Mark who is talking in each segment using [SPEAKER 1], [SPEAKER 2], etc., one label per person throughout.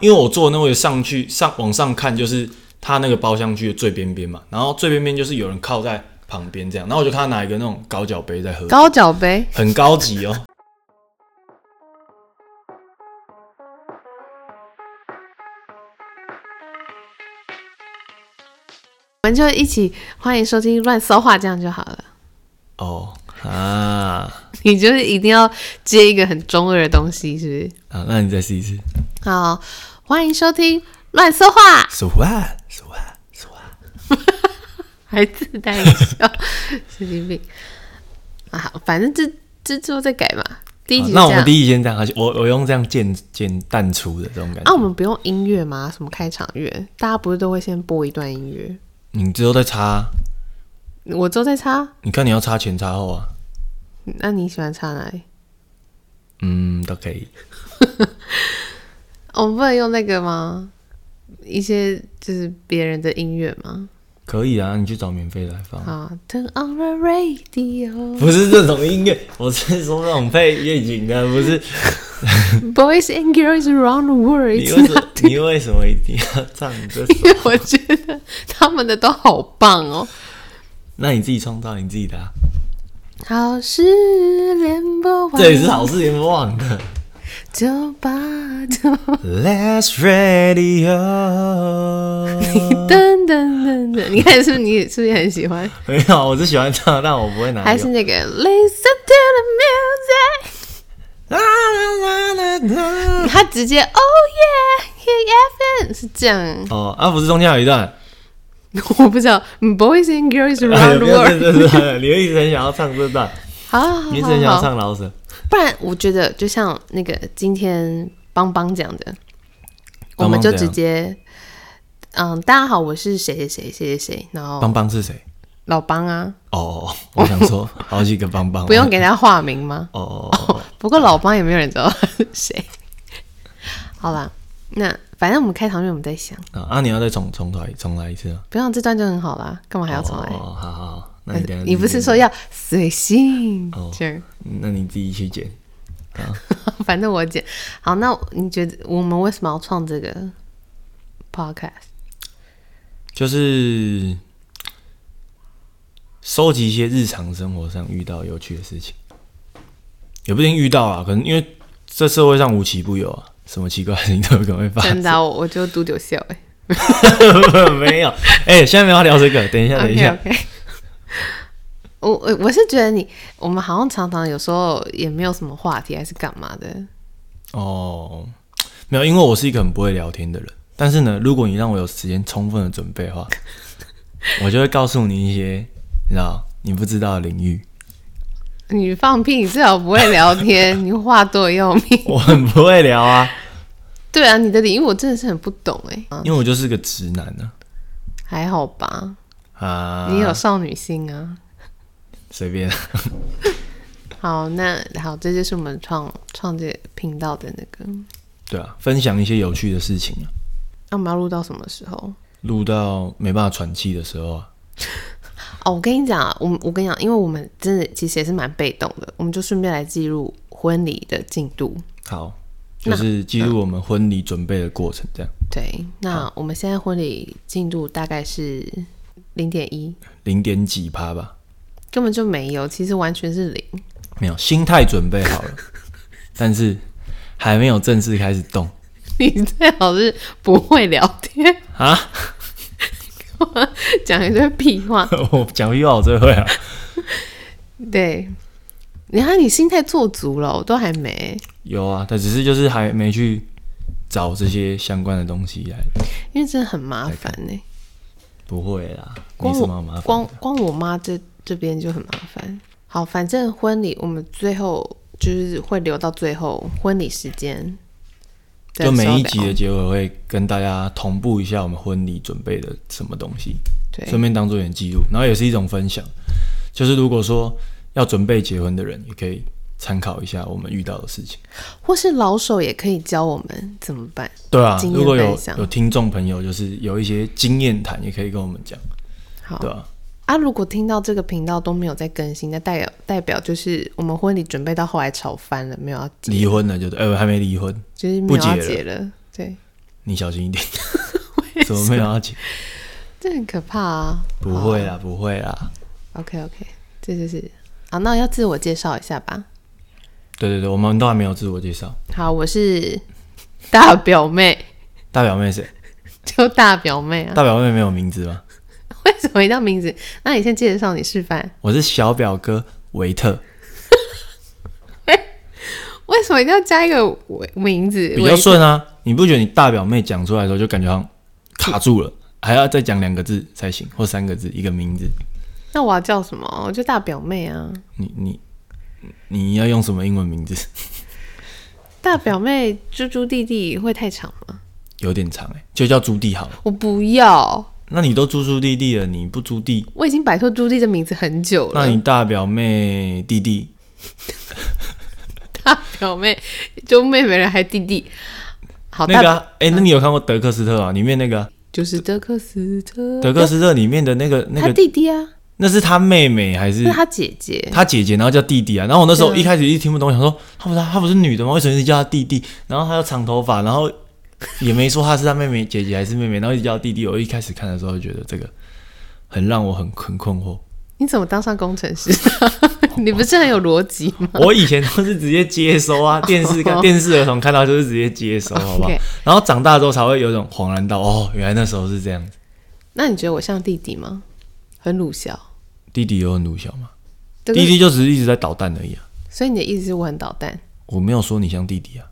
[SPEAKER 1] 因为我坐的那位上去上往上看，就是他那个包厢区的最边边嘛，然后最边边就是有人靠在旁边这样，然后我就看他拿一个那种高脚杯在喝，
[SPEAKER 2] 高脚杯，
[SPEAKER 1] 很高级哦。
[SPEAKER 2] 我们就一起欢迎收听乱搜话，这样就好了。
[SPEAKER 1] 哦啊
[SPEAKER 2] 你就是一定要接一个很中二的东西，是不是？
[SPEAKER 1] 啊，那你再试一次。
[SPEAKER 2] 好，欢迎收听乱搜话，
[SPEAKER 1] So what? So what? So what?
[SPEAKER 2] 还自带笑，神经病 啊！好反正这这之后再改嘛。第一集就
[SPEAKER 1] 啊那我
[SPEAKER 2] 这
[SPEAKER 1] 们
[SPEAKER 2] 样
[SPEAKER 1] 第一先这样，而且我我用这样简简淡出的这种感觉。
[SPEAKER 2] 啊，我们不用音乐吗？什么开场乐？大家不是都会先播一段音乐？
[SPEAKER 1] 你之后再插，
[SPEAKER 2] 我之后再插，
[SPEAKER 1] 你看你要插前插后啊，
[SPEAKER 2] 那你喜欢插哪里？
[SPEAKER 1] 嗯，都可以。
[SPEAKER 2] 哦我们不能用那个吗？一些就是别人的音乐吗？
[SPEAKER 1] 可以啊，你去找免费来放。
[SPEAKER 2] 啊，Turn on the radio,
[SPEAKER 1] 不是这种音乐，我是说那种配夜景的，不是。
[SPEAKER 2] boys and girls around the world.
[SPEAKER 1] 你
[SPEAKER 2] It's
[SPEAKER 1] 为什
[SPEAKER 2] not
[SPEAKER 1] 么你为什么一定要唱这 首？
[SPEAKER 2] 因为 我觉得他们的都好棒哦。
[SPEAKER 1] 那你自己创造你自己的、啊，
[SPEAKER 2] 好事连不完，
[SPEAKER 1] 这也是好事联播网的。
[SPEAKER 2] 九八九，
[SPEAKER 1] Let's radio，
[SPEAKER 2] 噔噔噔噔，你看是不是你也是不是也很喜欢？
[SPEAKER 1] 没有，我是喜欢唱，但我不会拿。
[SPEAKER 2] 还是那个 Listen to the music，
[SPEAKER 1] 啦啦啦啦啦
[SPEAKER 2] 他直接 Oh yeah yeah FM 是这样，
[SPEAKER 1] 哦，啊，不是中间有一 段，
[SPEAKER 2] 我不知道嗯 Boys and Girls
[SPEAKER 1] 哎
[SPEAKER 2] around
[SPEAKER 1] 不
[SPEAKER 2] the
[SPEAKER 1] 要
[SPEAKER 2] world，
[SPEAKER 1] 对对对，你会一直很想要唱这 段，
[SPEAKER 2] 好好好
[SPEAKER 1] 你一直很想
[SPEAKER 2] 好
[SPEAKER 1] 要唱老舍。
[SPEAKER 2] 不然我觉得就像那个今天邦邦讲的，我
[SPEAKER 1] 邦邦
[SPEAKER 2] 们就
[SPEAKER 1] 怎
[SPEAKER 2] 直
[SPEAKER 1] 样
[SPEAKER 2] 接，嗯，大家好，我是谁谁谁谁谁谁，然后
[SPEAKER 1] 邦邦是谁？
[SPEAKER 2] 老邦啊，
[SPEAKER 1] 哦，我想 说好几个邦邦，
[SPEAKER 2] 不用给他化名吗？
[SPEAKER 1] 哦。哦，哦
[SPEAKER 2] 不过老邦也没有人知道他是谁。 好啦，那反正我们开场面我们在想，
[SPEAKER 1] 哦啊，你要再重重来重来一次啊？
[SPEAKER 2] 不用这段就很好啦，干嘛还要重来？呃
[SPEAKER 1] 哦，好好好，那你等一下
[SPEAKER 2] 你不是说要随性
[SPEAKER 1] 哦
[SPEAKER 2] 这样？
[SPEAKER 1] 那你自己去剪。
[SPEAKER 2] 反正我剪。好，那你觉得我们为什么要创这个 podcast？
[SPEAKER 1] 就是收集一些日常生活上遇到有趣的事情，也不一定遇到啊，可能因为这社会上无奇不有啊，什么奇怪的事情都有可能会发生。
[SPEAKER 2] 真的啊、我我就嘟丢笑哎、
[SPEAKER 1] 没有，哎、现在没有要聊这个，等一下，等一
[SPEAKER 2] OK
[SPEAKER 1] 下
[SPEAKER 2] OK，我我我是觉得你，我们好像常常有时候也没有什么话题，还是干嘛的？
[SPEAKER 1] 哦，没有，因为我是一个很不会聊天的人，但是呢，如果你让我有时间充分的准备的话，我就会告诉你一些，你知道你不知道的领域，
[SPEAKER 2] 你放屁！你最好不会聊天，你话多得要命。
[SPEAKER 1] 我很不会聊啊，
[SPEAKER 2] 对啊，你的领域我真的是很不懂哎、啊
[SPEAKER 1] 因为我就是个直男啊呢、
[SPEAKER 2] 还好吧？
[SPEAKER 1] 啊。啊，
[SPEAKER 2] 你有少女心啊。
[SPEAKER 1] 随便。
[SPEAKER 2] 好，那好，这就是我们创创这个频道的那个。
[SPEAKER 1] 对啊，分享一些有趣的事情啊，
[SPEAKER 2] 那、我们要录到什么时候？
[SPEAKER 1] 录到没办法喘气的时候啊，
[SPEAKER 2] 哦，我跟你讲啊，我们我跟你讲，因为我们真的其实也是蛮被动的，我们就顺便来记录婚礼的进度。
[SPEAKER 1] 好，就是记录我们婚礼准备的过程，这样
[SPEAKER 2] 对，那我们现在婚礼进度大概是零点一，
[SPEAKER 1] 零点几趴吧，
[SPEAKER 2] 根本就没有，其实完全是零。
[SPEAKER 1] 没有，心态准备好了，但是还没有正式开始动
[SPEAKER 2] 你最好是不会聊天，
[SPEAKER 1] 啊。
[SPEAKER 2] 讲一堆屁话。
[SPEAKER 1] 我讲屁话我最会啊，
[SPEAKER 2] 对，你看你心态做足了，我都还没，
[SPEAKER 1] 有啊，但只是就是还没去找这些相关的东西来，
[SPEAKER 2] 因为真的很麻烦呢、
[SPEAKER 1] 不会啦，没
[SPEAKER 2] 光
[SPEAKER 1] 什么好
[SPEAKER 2] 我
[SPEAKER 1] 麻烦。
[SPEAKER 2] 光光我妈这这边就很麻烦。好，反正婚礼我们最后就是会留到最后婚礼时间再
[SPEAKER 1] 就
[SPEAKER 2] 稍聊，
[SPEAKER 1] 每一集的结尾会跟大家同步一下我们婚礼准备的什么东西，
[SPEAKER 2] 对
[SPEAKER 1] 顺便当做一点记录，然后也是一种分享。就是如果说要准备结婚的人，也可以参考一下我们遇到的事情。
[SPEAKER 2] 或是老手也可以教我们怎么办。
[SPEAKER 1] 对啊，
[SPEAKER 2] 经验
[SPEAKER 1] 如果有
[SPEAKER 2] 分享
[SPEAKER 1] 有听众朋友就是有一些经验谈，也可以跟我们讲，
[SPEAKER 2] 好
[SPEAKER 1] 对啊，
[SPEAKER 2] 啊，如果听到这个频道都没有在更新，那代表代表就是我们婚礼准备到后来吵翻了，没有要结，
[SPEAKER 1] 离婚了就对，呃，还没离婚，
[SPEAKER 2] 就是没
[SPEAKER 1] 不
[SPEAKER 2] 有要
[SPEAKER 1] 结
[SPEAKER 2] 结了。对，
[SPEAKER 1] 你小心一 点。 怎么没有要剪？
[SPEAKER 2] 这很可怕啊！
[SPEAKER 1] 不会啦，不会啦。
[SPEAKER 2] OK OK，这就是啊，那要自我介绍一下吧。
[SPEAKER 1] 对对对，我们都还没有自我介绍。
[SPEAKER 2] 好，我是 大表妹，
[SPEAKER 1] 大表妹谁？
[SPEAKER 2] 嗯就大表妹啊。
[SPEAKER 1] 大表妹没有名字吗？
[SPEAKER 2] 为什么一定要名字？那你先介绍你示范。
[SPEAKER 1] 我是小表哥维特，
[SPEAKER 2] 为什么一定要加一个维名字？
[SPEAKER 1] 比较顺啊。你不觉得你大表妹讲出来的时候就感觉好像卡住了，还要再讲两个字才行，或三个字一个名字？
[SPEAKER 2] 维那我要叫什么？我就大表妹啊。
[SPEAKER 1] 你你你要用什么英文名字？
[SPEAKER 2] 大表妹猪猪弟弟会太长吗？
[SPEAKER 1] 有点长哎、就叫朱棣好了。
[SPEAKER 2] 我不要，
[SPEAKER 1] 那你都朱朱弟弟了，你不朱弟，
[SPEAKER 2] 我已经摆脱猪弟这名字很久
[SPEAKER 1] 那
[SPEAKER 2] 了。
[SPEAKER 1] 你大表妹弟弟
[SPEAKER 2] 大表妹就妹妹了，还弟弟。好，
[SPEAKER 1] 那
[SPEAKER 2] 哦大
[SPEAKER 1] 个哎、诶那你有看过《德克斯特》啊？里面那个啊
[SPEAKER 2] 就是德克斯特，
[SPEAKER 1] 德克斯特里面的那个那
[SPEAKER 2] 他
[SPEAKER 1] 个，
[SPEAKER 2] 弟弟啊，
[SPEAKER 1] 那是他妹妹还是
[SPEAKER 2] 是他姐姐。
[SPEAKER 1] 他姐姐？然后叫弟弟啊。然后我那时候
[SPEAKER 2] 对
[SPEAKER 1] 一开始一听不懂，想说他不是他不是女的吗？为什么一直叫他弟弟？然后他又长头发，然后也没说他是他妹妹姐姐还是妹妹，然后一直叫弟弟。我一开始看的时候就觉得这个很让我很很困惑。
[SPEAKER 2] 你怎么当上工程 师？你不是很有逻辑吗？
[SPEAKER 1] 我以前都是直接接收啊，电视看电视儿童看到就是直接接收，好不好
[SPEAKER 2] OK？
[SPEAKER 1] 然后长大之后才会有一种恍然到哦，原来那时候是这样子。
[SPEAKER 2] 那你觉得我像弟弟吗？很鲁小，
[SPEAKER 1] 弟弟有很鲁小吗？
[SPEAKER 2] 德克
[SPEAKER 1] 弟弟就只是一直在捣蛋而已啊，
[SPEAKER 2] 所以你的意思是我很捣蛋，
[SPEAKER 1] 我没有说你像弟弟啊。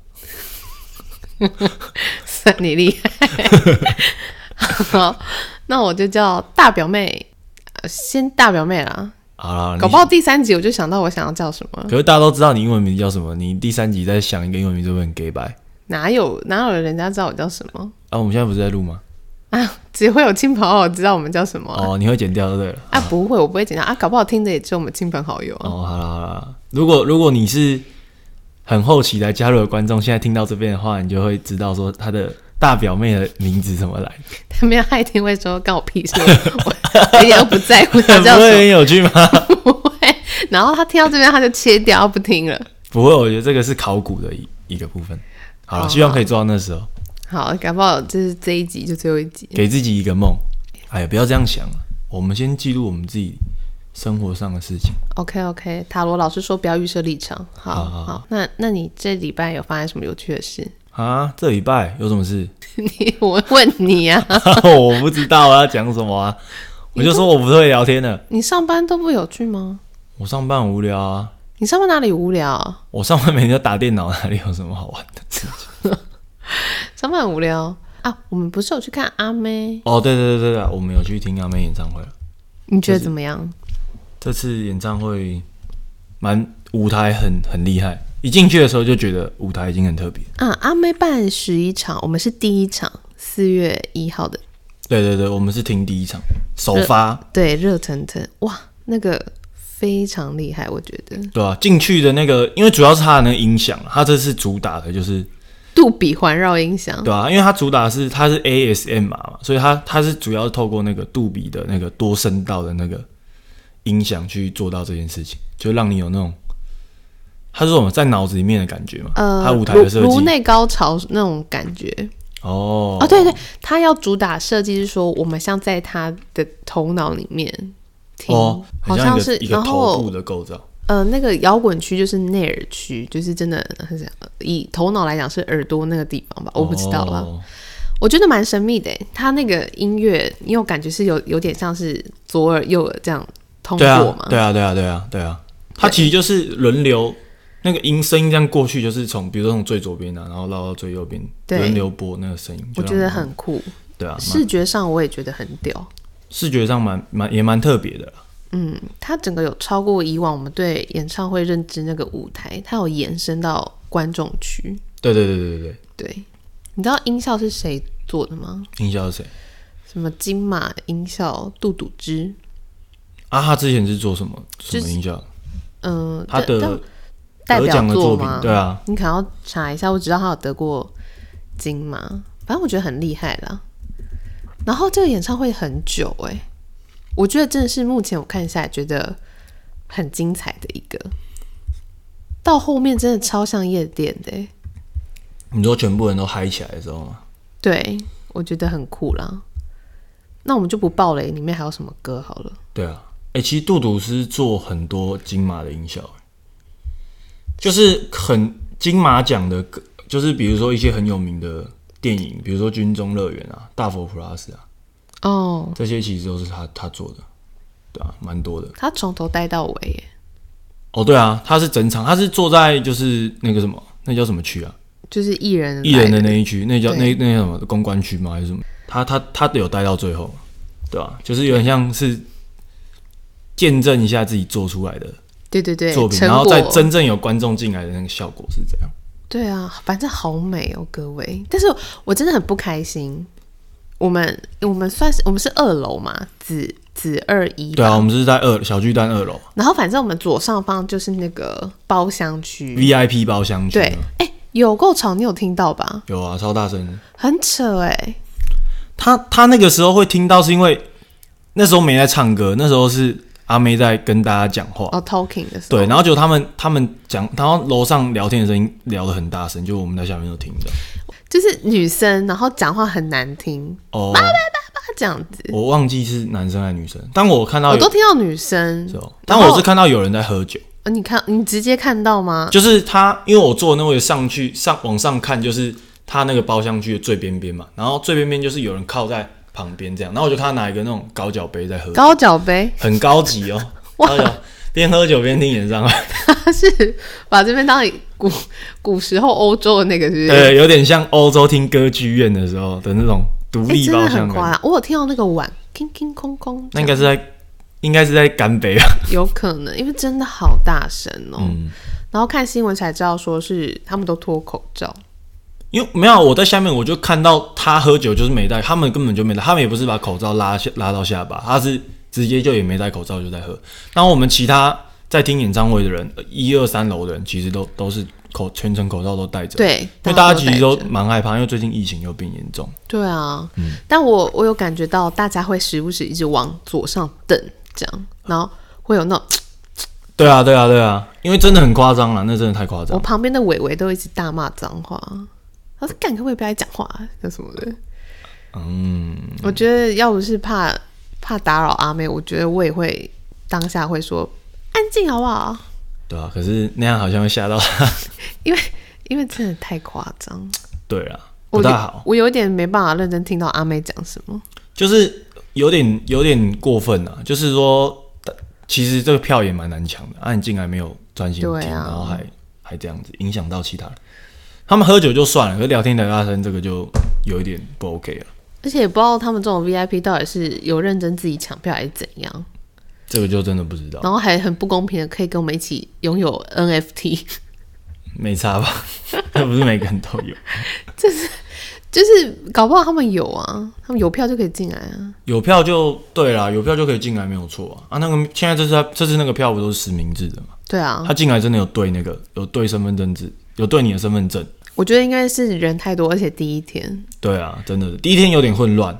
[SPEAKER 2] 算你厉害。 好，那我就叫大表妹，呃先大表妹啦。
[SPEAKER 1] 好啦，你
[SPEAKER 2] 搞不好第三集我就想到我想要叫什么，
[SPEAKER 1] 可是大家都知道你英文名字叫什么，你第三集再想一个英文名字会很 gay 白。
[SPEAKER 2] 哪有哪有人家知道我叫什么
[SPEAKER 1] 啊，我们现在不是在录吗？
[SPEAKER 2] 啊？只会有亲朋好友知道我们叫什么啊？
[SPEAKER 1] 哦，你会剪掉就对了。
[SPEAKER 2] 啊不会，我不会紧张啊。搞不好听的也只有我们亲朋好友啊。
[SPEAKER 1] 哦，好啦好啦，如果如果你是很后期来加入的观众，现在听到这边的话，你就会知道说他的大表妹的名字怎么来。
[SPEAKER 2] 他们要爱听会说干我屁事，我我一点都不在乎他
[SPEAKER 1] 不
[SPEAKER 2] 叫
[SPEAKER 1] 会
[SPEAKER 2] 什
[SPEAKER 1] 很有趣吗？
[SPEAKER 2] 么， 不会。然后他听到这边他就切掉，不听了。
[SPEAKER 1] 不会，我觉得这个是考古的一一个部分。好了，希望可以做到那时候，
[SPEAKER 2] 嗯好，搞不好这是这一集就最后一集。
[SPEAKER 1] 给自己一个梦。哎呀，不要这样想了，我们先记录我们自己生活上的事情。
[SPEAKER 2] OK OK，塔罗老师说不要预设立场。
[SPEAKER 1] 好
[SPEAKER 2] 好好
[SPEAKER 1] 好
[SPEAKER 2] 那那你这礼拜有发生什么有趣的事？
[SPEAKER 1] 啊，这礼拜有什么事？
[SPEAKER 2] 你我问你啊，
[SPEAKER 1] 我不知道我要讲什么啊，我就说我不会聊天了。
[SPEAKER 2] 你上班都不有趣吗？
[SPEAKER 1] 我上班很无聊啊，
[SPEAKER 2] 你上班哪里无聊啊？
[SPEAKER 1] 我上班每天就打电脑，哪里有什么好玩的？
[SPEAKER 2] 上班很无聊啊？我们不是有去看阿妹？
[SPEAKER 1] 哦，对对对对对，我们有去听阿妹演唱会了。
[SPEAKER 2] 你觉得怎么样？
[SPEAKER 1] 这次演唱会蛮舞台很很厉害，一进去的时候就觉得舞台已经很特别。
[SPEAKER 2] 啊，阿妹办十一场，我们是第一场，四月一号的，
[SPEAKER 1] 对对对，我们是听第一场首发，
[SPEAKER 2] 对，热腾腾，哇，那个非常厉害，我觉得
[SPEAKER 1] 对啊，进去的那个，因为主要是他的那个音响，他这次主打的就是
[SPEAKER 2] 杜比环绕音响，
[SPEAKER 1] 对啊，因为它主打的是它是 ASMR 嘛，所以它它是主要是透过那个杜比的那个多声道的那个音响去做到这件事情，就让你有那种，它是我们在脑子里面的感觉嘛，
[SPEAKER 2] 呃，
[SPEAKER 1] 啊它舞台
[SPEAKER 2] 颅
[SPEAKER 1] 的设
[SPEAKER 2] 颅
[SPEAKER 1] 计
[SPEAKER 2] 内高潮那种感觉，
[SPEAKER 1] 哦
[SPEAKER 2] 哦，对对，他要主打设计是说，我们像在他的头脑里面听，
[SPEAKER 1] 哦，
[SPEAKER 2] 好
[SPEAKER 1] 很像
[SPEAKER 2] 像
[SPEAKER 1] 一个
[SPEAKER 2] 是，
[SPEAKER 1] 一个
[SPEAKER 2] 然
[SPEAKER 1] 头部
[SPEAKER 2] 后
[SPEAKER 1] 的构造，
[SPEAKER 2] 呃，那个摇滚区就是内耳区，就是真的很像以头脑来讲是耳朵那个地方吧，我不知道啊啦，
[SPEAKER 1] 哦
[SPEAKER 2] 我觉得蛮神秘的诶，他那个音乐，因为我感觉是有有点像是左耳右耳这样通
[SPEAKER 1] 对啊
[SPEAKER 2] 过嘛，，
[SPEAKER 1] 对啊，对啊，对啊，对啊，它其实就是轮流那个音声音这样过去，就是从比如说从最左边啊，然后绕到最右边，
[SPEAKER 2] 对
[SPEAKER 1] 轮流播那个声音，
[SPEAKER 2] 我
[SPEAKER 1] 就
[SPEAKER 2] 觉
[SPEAKER 1] 让
[SPEAKER 2] 得
[SPEAKER 1] 你
[SPEAKER 2] 很酷，
[SPEAKER 1] 对啊，蛮
[SPEAKER 2] 视觉上我也觉得很屌。
[SPEAKER 1] 视觉上蛮蛮也蛮特别的啦。
[SPEAKER 2] 嗯，它整个有超过以往我们对演唱会认知那个舞台，它有延伸到观众区。
[SPEAKER 1] 对对对对对
[SPEAKER 2] 对，你知道音效是谁做的吗？
[SPEAKER 1] 对，音效是谁？
[SPEAKER 2] 什么金马音效杜笃之，
[SPEAKER 1] 啊，他之前是做什么什
[SPEAKER 2] 就
[SPEAKER 1] 么
[SPEAKER 2] 是
[SPEAKER 1] 音效？
[SPEAKER 2] 嗯、
[SPEAKER 1] 他
[SPEAKER 2] 这这
[SPEAKER 1] 的
[SPEAKER 2] 代
[SPEAKER 1] 得
[SPEAKER 2] 表
[SPEAKER 1] 奖的
[SPEAKER 2] 作
[SPEAKER 1] 作品
[SPEAKER 2] 吗？，
[SPEAKER 1] 对啊，
[SPEAKER 2] 你可能要查一下，我知道他有得过金马，反正我觉得很厉害啦。然后这个演唱会很久哎、我觉得真的是目前我看下来觉得很精彩的一个，到后面真的超像夜店的、欸。
[SPEAKER 1] 你说全部人都嗨起来的时候吗？
[SPEAKER 2] 对，我觉得很酷啦。那我们就不爆雷，里面还有什么歌好了？
[SPEAKER 1] 对啊，哎、其实杜杜是做很多金马的音效、欸就是很金马奖的歌，就是比如说一些很有名的电影，比如说《军中乐园》啊，《大佛普拉斯》啊，
[SPEAKER 2] 哦，
[SPEAKER 1] 这些其实都是他他做的，对啊，蛮多的。
[SPEAKER 2] 他从头待到尾欸耶，
[SPEAKER 1] 哦，对啊，他是整场，他是坐在就是那个什么，那叫什么区啊？
[SPEAKER 2] 就是艺人
[SPEAKER 1] 艺人的
[SPEAKER 2] 来
[SPEAKER 1] 那一区，那叫那
[SPEAKER 2] 对
[SPEAKER 1] 那叫什么公关区吗？还是什么？他他他有待到最后，对吧、就是有点像是见证一下自己做出来的
[SPEAKER 2] 对对对，
[SPEAKER 1] 作品，
[SPEAKER 2] 成
[SPEAKER 1] 然后
[SPEAKER 2] 果
[SPEAKER 1] 再真正有观众进来的那个效果是怎样？
[SPEAKER 2] 对啊，反正好美哦，各位。但是我真的很不开心。我们我们算是我们是二楼嘛，子子二一吧
[SPEAKER 1] 对啊，我们是在二小巨蛋二楼
[SPEAKER 2] 然后反正我们左上方就是那个包厢区，
[SPEAKER 1] VIP 包厢区
[SPEAKER 2] 对
[SPEAKER 1] 啊，，
[SPEAKER 2] 哎、有够吵，你有听到吧？
[SPEAKER 1] 有啊，超大声。
[SPEAKER 2] 很扯哎、
[SPEAKER 1] 他他那个时候会听到，是因为那时候没在唱歌，那时候是阿妹在跟大家讲话。
[SPEAKER 2] 哦，talking 的时候，
[SPEAKER 1] 对，然后就他们他们讲，然后楼上聊天的声音聊得很大声，就我们在下面都听到。
[SPEAKER 2] 就是女生，然后讲话很难听，
[SPEAKER 1] 哦，
[SPEAKER 2] 她这样子，
[SPEAKER 1] 我忘记是男生还是女生，但我看到
[SPEAKER 2] 我
[SPEAKER 1] 有
[SPEAKER 2] 都听到女生
[SPEAKER 1] 是。哦但我是看到有人在喝酒，
[SPEAKER 2] 呃你看，你直接看到吗？
[SPEAKER 1] 就是他，因为我坐的那位上去上往上看，就是他那个包厢区的最边边嘛，然后最边边就是有人靠在旁边这样，然后我就看他拿一个那种高脚杯在喝，
[SPEAKER 2] 高脚杯，
[SPEAKER 1] 很高级 哦，高脚边喝酒边听演唱会，
[SPEAKER 2] 他是把这边当古古时候欧洲的那个，是不哎是？
[SPEAKER 1] 对，有点像欧洲听歌剧院的时候的那种独
[SPEAKER 2] 哎，
[SPEAKER 1] 立
[SPEAKER 2] 真
[SPEAKER 1] 包
[SPEAKER 2] 的
[SPEAKER 1] 厢
[SPEAKER 2] 很
[SPEAKER 1] 感觉
[SPEAKER 2] 夸张。我有听到那个碗叮叮空空，
[SPEAKER 1] 那应该是在应该是在干杯吧？
[SPEAKER 2] 有可能，因为真的好大声哦。
[SPEAKER 1] 嗯
[SPEAKER 2] 然后看新闻才知道，说是他们都脱口罩，
[SPEAKER 1] 因为没有我在下面，我就看到他喝酒就是没戴，他们根本就没戴，他们也不是把口罩拉下拉到下巴，他是直接就也没戴口罩就在喝。然后我们其他在听演唱会的人，呃一二三楼的人其实都都是口全程口罩都戴着，，
[SPEAKER 2] 对，
[SPEAKER 1] 因为大家
[SPEAKER 2] 都
[SPEAKER 1] 其实
[SPEAKER 2] 戴
[SPEAKER 1] 都嗯
[SPEAKER 2] 着
[SPEAKER 1] 蛮害怕，因为最近疫情又变严重。
[SPEAKER 2] 对啊。但我我有感觉到大家会时不时一直往左上蹬，这样，然后会有那种
[SPEAKER 1] 对啊，对啊，对啊，因为真的很夸张了，那真的太夸
[SPEAKER 2] 我
[SPEAKER 1] 张。
[SPEAKER 2] 旁边的伟伟都一直大骂脏话，他说干可不可以不要再讲话啊那什么的。
[SPEAKER 1] 嗯，
[SPEAKER 2] 我觉得要不是怕怕打扰阿妹，我觉得我也会当下会说安静好不好？
[SPEAKER 1] 对啊，可是那样好像会吓到他。
[SPEAKER 2] 因为因为真的太夸张，
[SPEAKER 1] 对啊，
[SPEAKER 2] 我
[SPEAKER 1] 不
[SPEAKER 2] 有
[SPEAKER 1] 大好。
[SPEAKER 2] 我有点没办法认真听到阿妹讲什么。
[SPEAKER 1] 就是有点有点过分了、就是说，但其实这个票也蛮难抢的，啊，你进来没有专心
[SPEAKER 2] 对
[SPEAKER 1] 听，
[SPEAKER 2] 啊
[SPEAKER 1] 然后还还这样子影响到其他人。他们喝酒就算了，可是聊天聊大声，这个就有一点不 OK 了，
[SPEAKER 2] 而且也不知道他们这种 VIP 到底是有认真自己抢票还是怎样，
[SPEAKER 1] 这个就真的不知道，
[SPEAKER 2] 然后还很不公平的可以跟我们一起拥有 NFT，
[SPEAKER 1] 没差吧？ 那不是每个人都有，
[SPEAKER 2] 就是搞不好他们有啊，他们有票就可以进来啊。
[SPEAKER 1] 有票就对啦，有票就可以进来，没有错啊。啊，那个现在这次他这次那个票不都是实名制的嘛？
[SPEAKER 2] 对啊
[SPEAKER 1] 他，进来真的有对那个有对身份证字，有对你的身份证。
[SPEAKER 2] 我觉得应该是人太多，而且第一天
[SPEAKER 1] 对啊，真的第一天有点混乱，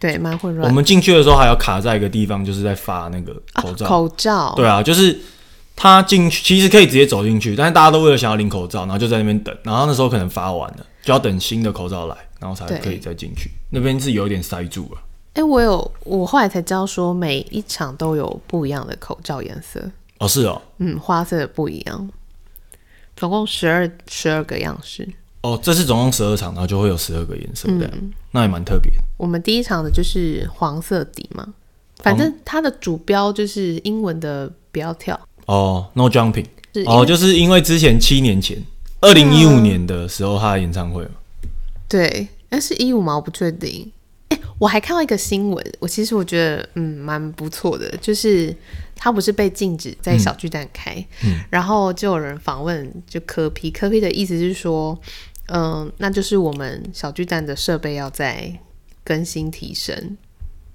[SPEAKER 2] 对蛮混
[SPEAKER 1] 我
[SPEAKER 2] 乱。
[SPEAKER 1] 们进去的时候还要卡在一个地方，就是在发那个口罩。
[SPEAKER 2] 啊、口罩
[SPEAKER 1] 对啊，就是他进去其实可以直接走进去，但是大家都为了想要领口罩，然后就在那边等，然后那时候可能发完了，就要等新的口罩来，然后才
[SPEAKER 2] 对
[SPEAKER 1] 可以再进去。那边是有点塞住了。
[SPEAKER 2] 哎、我有，我后来才知道说每一场都有不一样的口罩颜色，
[SPEAKER 1] 哦，是哦，
[SPEAKER 2] 嗯，花色的不一样，总共十二十二个样式。
[SPEAKER 1] 哦，这次总共十二场，然后就会有十二个颜色这样，那也蛮特别的。
[SPEAKER 2] 我们第一场的就是黄色底嘛，反正它的主标就是英文的不要跳，
[SPEAKER 1] 哦，No Jumping，
[SPEAKER 2] 是因为
[SPEAKER 1] 哦，就是因为嗯之前七年前，二零一五年的时候他的演唱会嘛，
[SPEAKER 2] 对，但是一五毛不确定。哎，我还看到一个新闻，我其实我觉得嗯蛮不错的，就是它不是被禁止在小巨蛋开，
[SPEAKER 1] 嗯
[SPEAKER 2] 嗯然后就有人访问就科批，科批的意思是说，嗯、那就是我们小巨蛋的设备要再更新提升，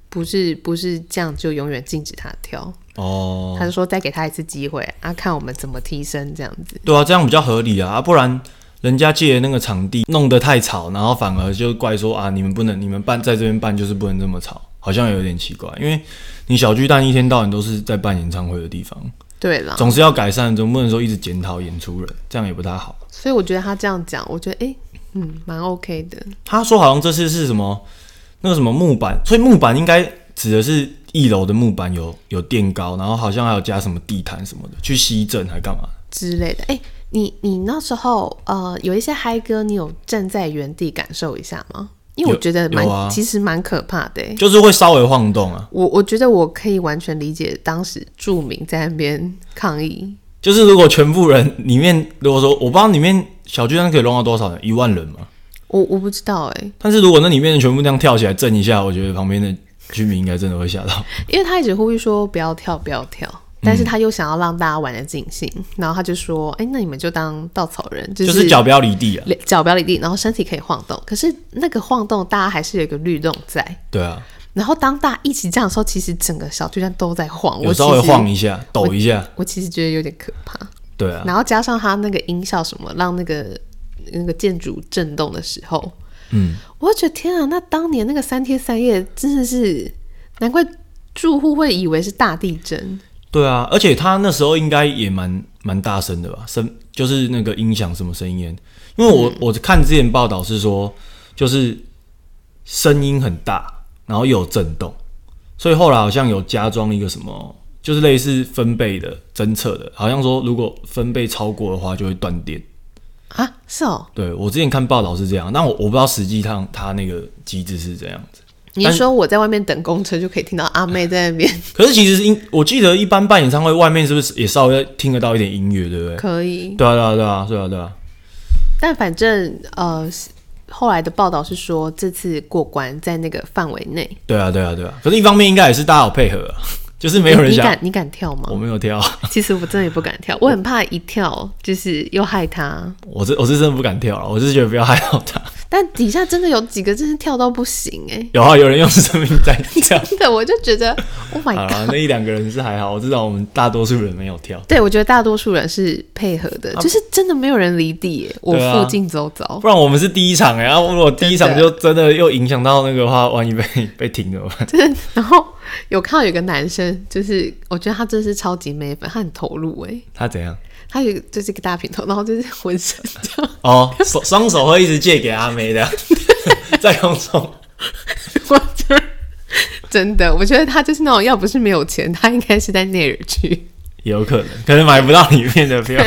[SPEAKER 2] 不是不是这样就永远禁止他跳。
[SPEAKER 1] 哦，
[SPEAKER 2] 他就说再给他一次机会啊，看我们怎么提升这样子。
[SPEAKER 1] 对啊，这样比较合理啊，啊不然人家借的那个场地弄得太吵，然后反而就怪说啊，你们不能，你们办在这边办就是不能这么吵，好像有点奇怪，因为你小巨蛋一天到晚都是在办演唱会的地方，
[SPEAKER 2] 对啦，
[SPEAKER 1] 总是要改善，总不能说一直检讨演出人，这样也不太好。
[SPEAKER 2] 所以我觉得他这样讲，我觉得诶嗯，蛮 OK 的。
[SPEAKER 1] 他说好像这次是什么那个什么木板，所以木板应该指的是一楼的木板有有垫高，然后好像还有加什么地毯什么的，去吸震还干嘛？
[SPEAKER 2] 之类的。哎、你你那时候呃有一些嗨歌，你有站在原地感受一下吗？因为我
[SPEAKER 1] 有
[SPEAKER 2] 觉得蛮、
[SPEAKER 1] 有啊
[SPEAKER 2] 其实蛮可怕的、欸。
[SPEAKER 1] 就是会稍微晃动啊。
[SPEAKER 2] 我我觉得我可以完全理解当时著名在那边抗议，
[SPEAKER 1] 就是如果全部人里面，如果说我不知道里面小巨蛋可以容纳多少人，一万人嘛。
[SPEAKER 2] 我我不知道哎、
[SPEAKER 1] 但是如果那里面全部这样跳起来震一下，我觉得旁边的居民应该真的会吓到。
[SPEAKER 2] 因为他一直呼吁说不要跳，不要跳，但
[SPEAKER 1] 嗯
[SPEAKER 2] 是他又想要让大家玩的尽兴，然后他就说，哎、那你们就当稻草人，就
[SPEAKER 1] 就是
[SPEAKER 2] 是
[SPEAKER 1] 脚不要离地啊，
[SPEAKER 2] 脚脚不要离地，然后身体可以晃动，可是那个晃动大家还是有一个律动在。
[SPEAKER 1] 对啊，
[SPEAKER 2] 然后当大家一起这样的时候，其实整个小巨蛋都在晃，
[SPEAKER 1] 有
[SPEAKER 2] 我
[SPEAKER 1] 稍微
[SPEAKER 2] 其实
[SPEAKER 1] 晃一下、抖一下，
[SPEAKER 2] 我其实觉得有点可怕。
[SPEAKER 1] 对啊，
[SPEAKER 2] 然后加上它那个音效什么，让那个那个建筑震动的时候，
[SPEAKER 1] 嗯，
[SPEAKER 2] 我就觉得天啊，那当年那个三天三夜真的是，难怪住户会以为是大地震。
[SPEAKER 1] 对啊，而且他那时候应该也蛮蛮大声的吧，声就是那个音响什么声音，因为我、我看之前报道是说，就是声音很大，然后又有震动，所以后来好像有加装一个什么，就是类似分贝的侦测的，好像说如果分贝超过的话就会断电。
[SPEAKER 2] 啊，是哦，
[SPEAKER 1] 对我之前看报道是这样，那我我不知道实际上它那个机制是怎样子。
[SPEAKER 2] 你
[SPEAKER 1] 但
[SPEAKER 2] 是说我在外面等公车就可以听到阿妹在那边，
[SPEAKER 1] 可是其实音，我记得一般办演唱会外面是不是也稍微听得到一点音乐，对不对？
[SPEAKER 2] 可以。
[SPEAKER 1] 对啊，对啊，对啊，对啊，对啊。
[SPEAKER 2] 但反正呃，后来的报道是说这次过关在那个范围内，
[SPEAKER 1] 对啊，对啊，对啊。可是，一方面应该也是大家有配合、啊， 就是没有人
[SPEAKER 2] 你
[SPEAKER 1] 想
[SPEAKER 2] 敢你敢跳
[SPEAKER 1] 我
[SPEAKER 2] 吗？
[SPEAKER 1] 没有跳，啊
[SPEAKER 2] 其实我真的也不敢跳，我很怕一跳就是又害他。
[SPEAKER 1] 我是我是真的不敢跳了，我是觉得不要害到他。
[SPEAKER 2] 但底下真的有几个真是跳到不行哎、
[SPEAKER 1] 有啊，有人用生命在跳。
[SPEAKER 2] 真的我就觉得，Oh
[SPEAKER 1] 好
[SPEAKER 2] my god！
[SPEAKER 1] 啦，那一两个人是还好，我知道我们大多数人没有跳，
[SPEAKER 2] 对，我觉得大多数人是配合的，就是真的没有人离地、欸，我
[SPEAKER 1] 啊对啊
[SPEAKER 2] 附近走走。
[SPEAKER 1] 不然我们是第一场哎、欸，然、后如果第一场
[SPEAKER 2] 真
[SPEAKER 1] 就
[SPEAKER 2] 的
[SPEAKER 1] 真的又影响到那个的话，万一被 被停怎么办？
[SPEAKER 2] 然后有看到有个男生，就是我觉得他真的是超级妹粉，他很投入哎、
[SPEAKER 1] 他怎样？
[SPEAKER 2] 他有就是一个大平头，然后就是浑身这样，
[SPEAKER 1] 哦，手双手会一直借给阿妹的， 在空中。
[SPEAKER 2] 我觉得真的，我觉得他就是那种要不是没有钱，他应该是在内尔区，
[SPEAKER 1] 有可能，可能买不到里面的票。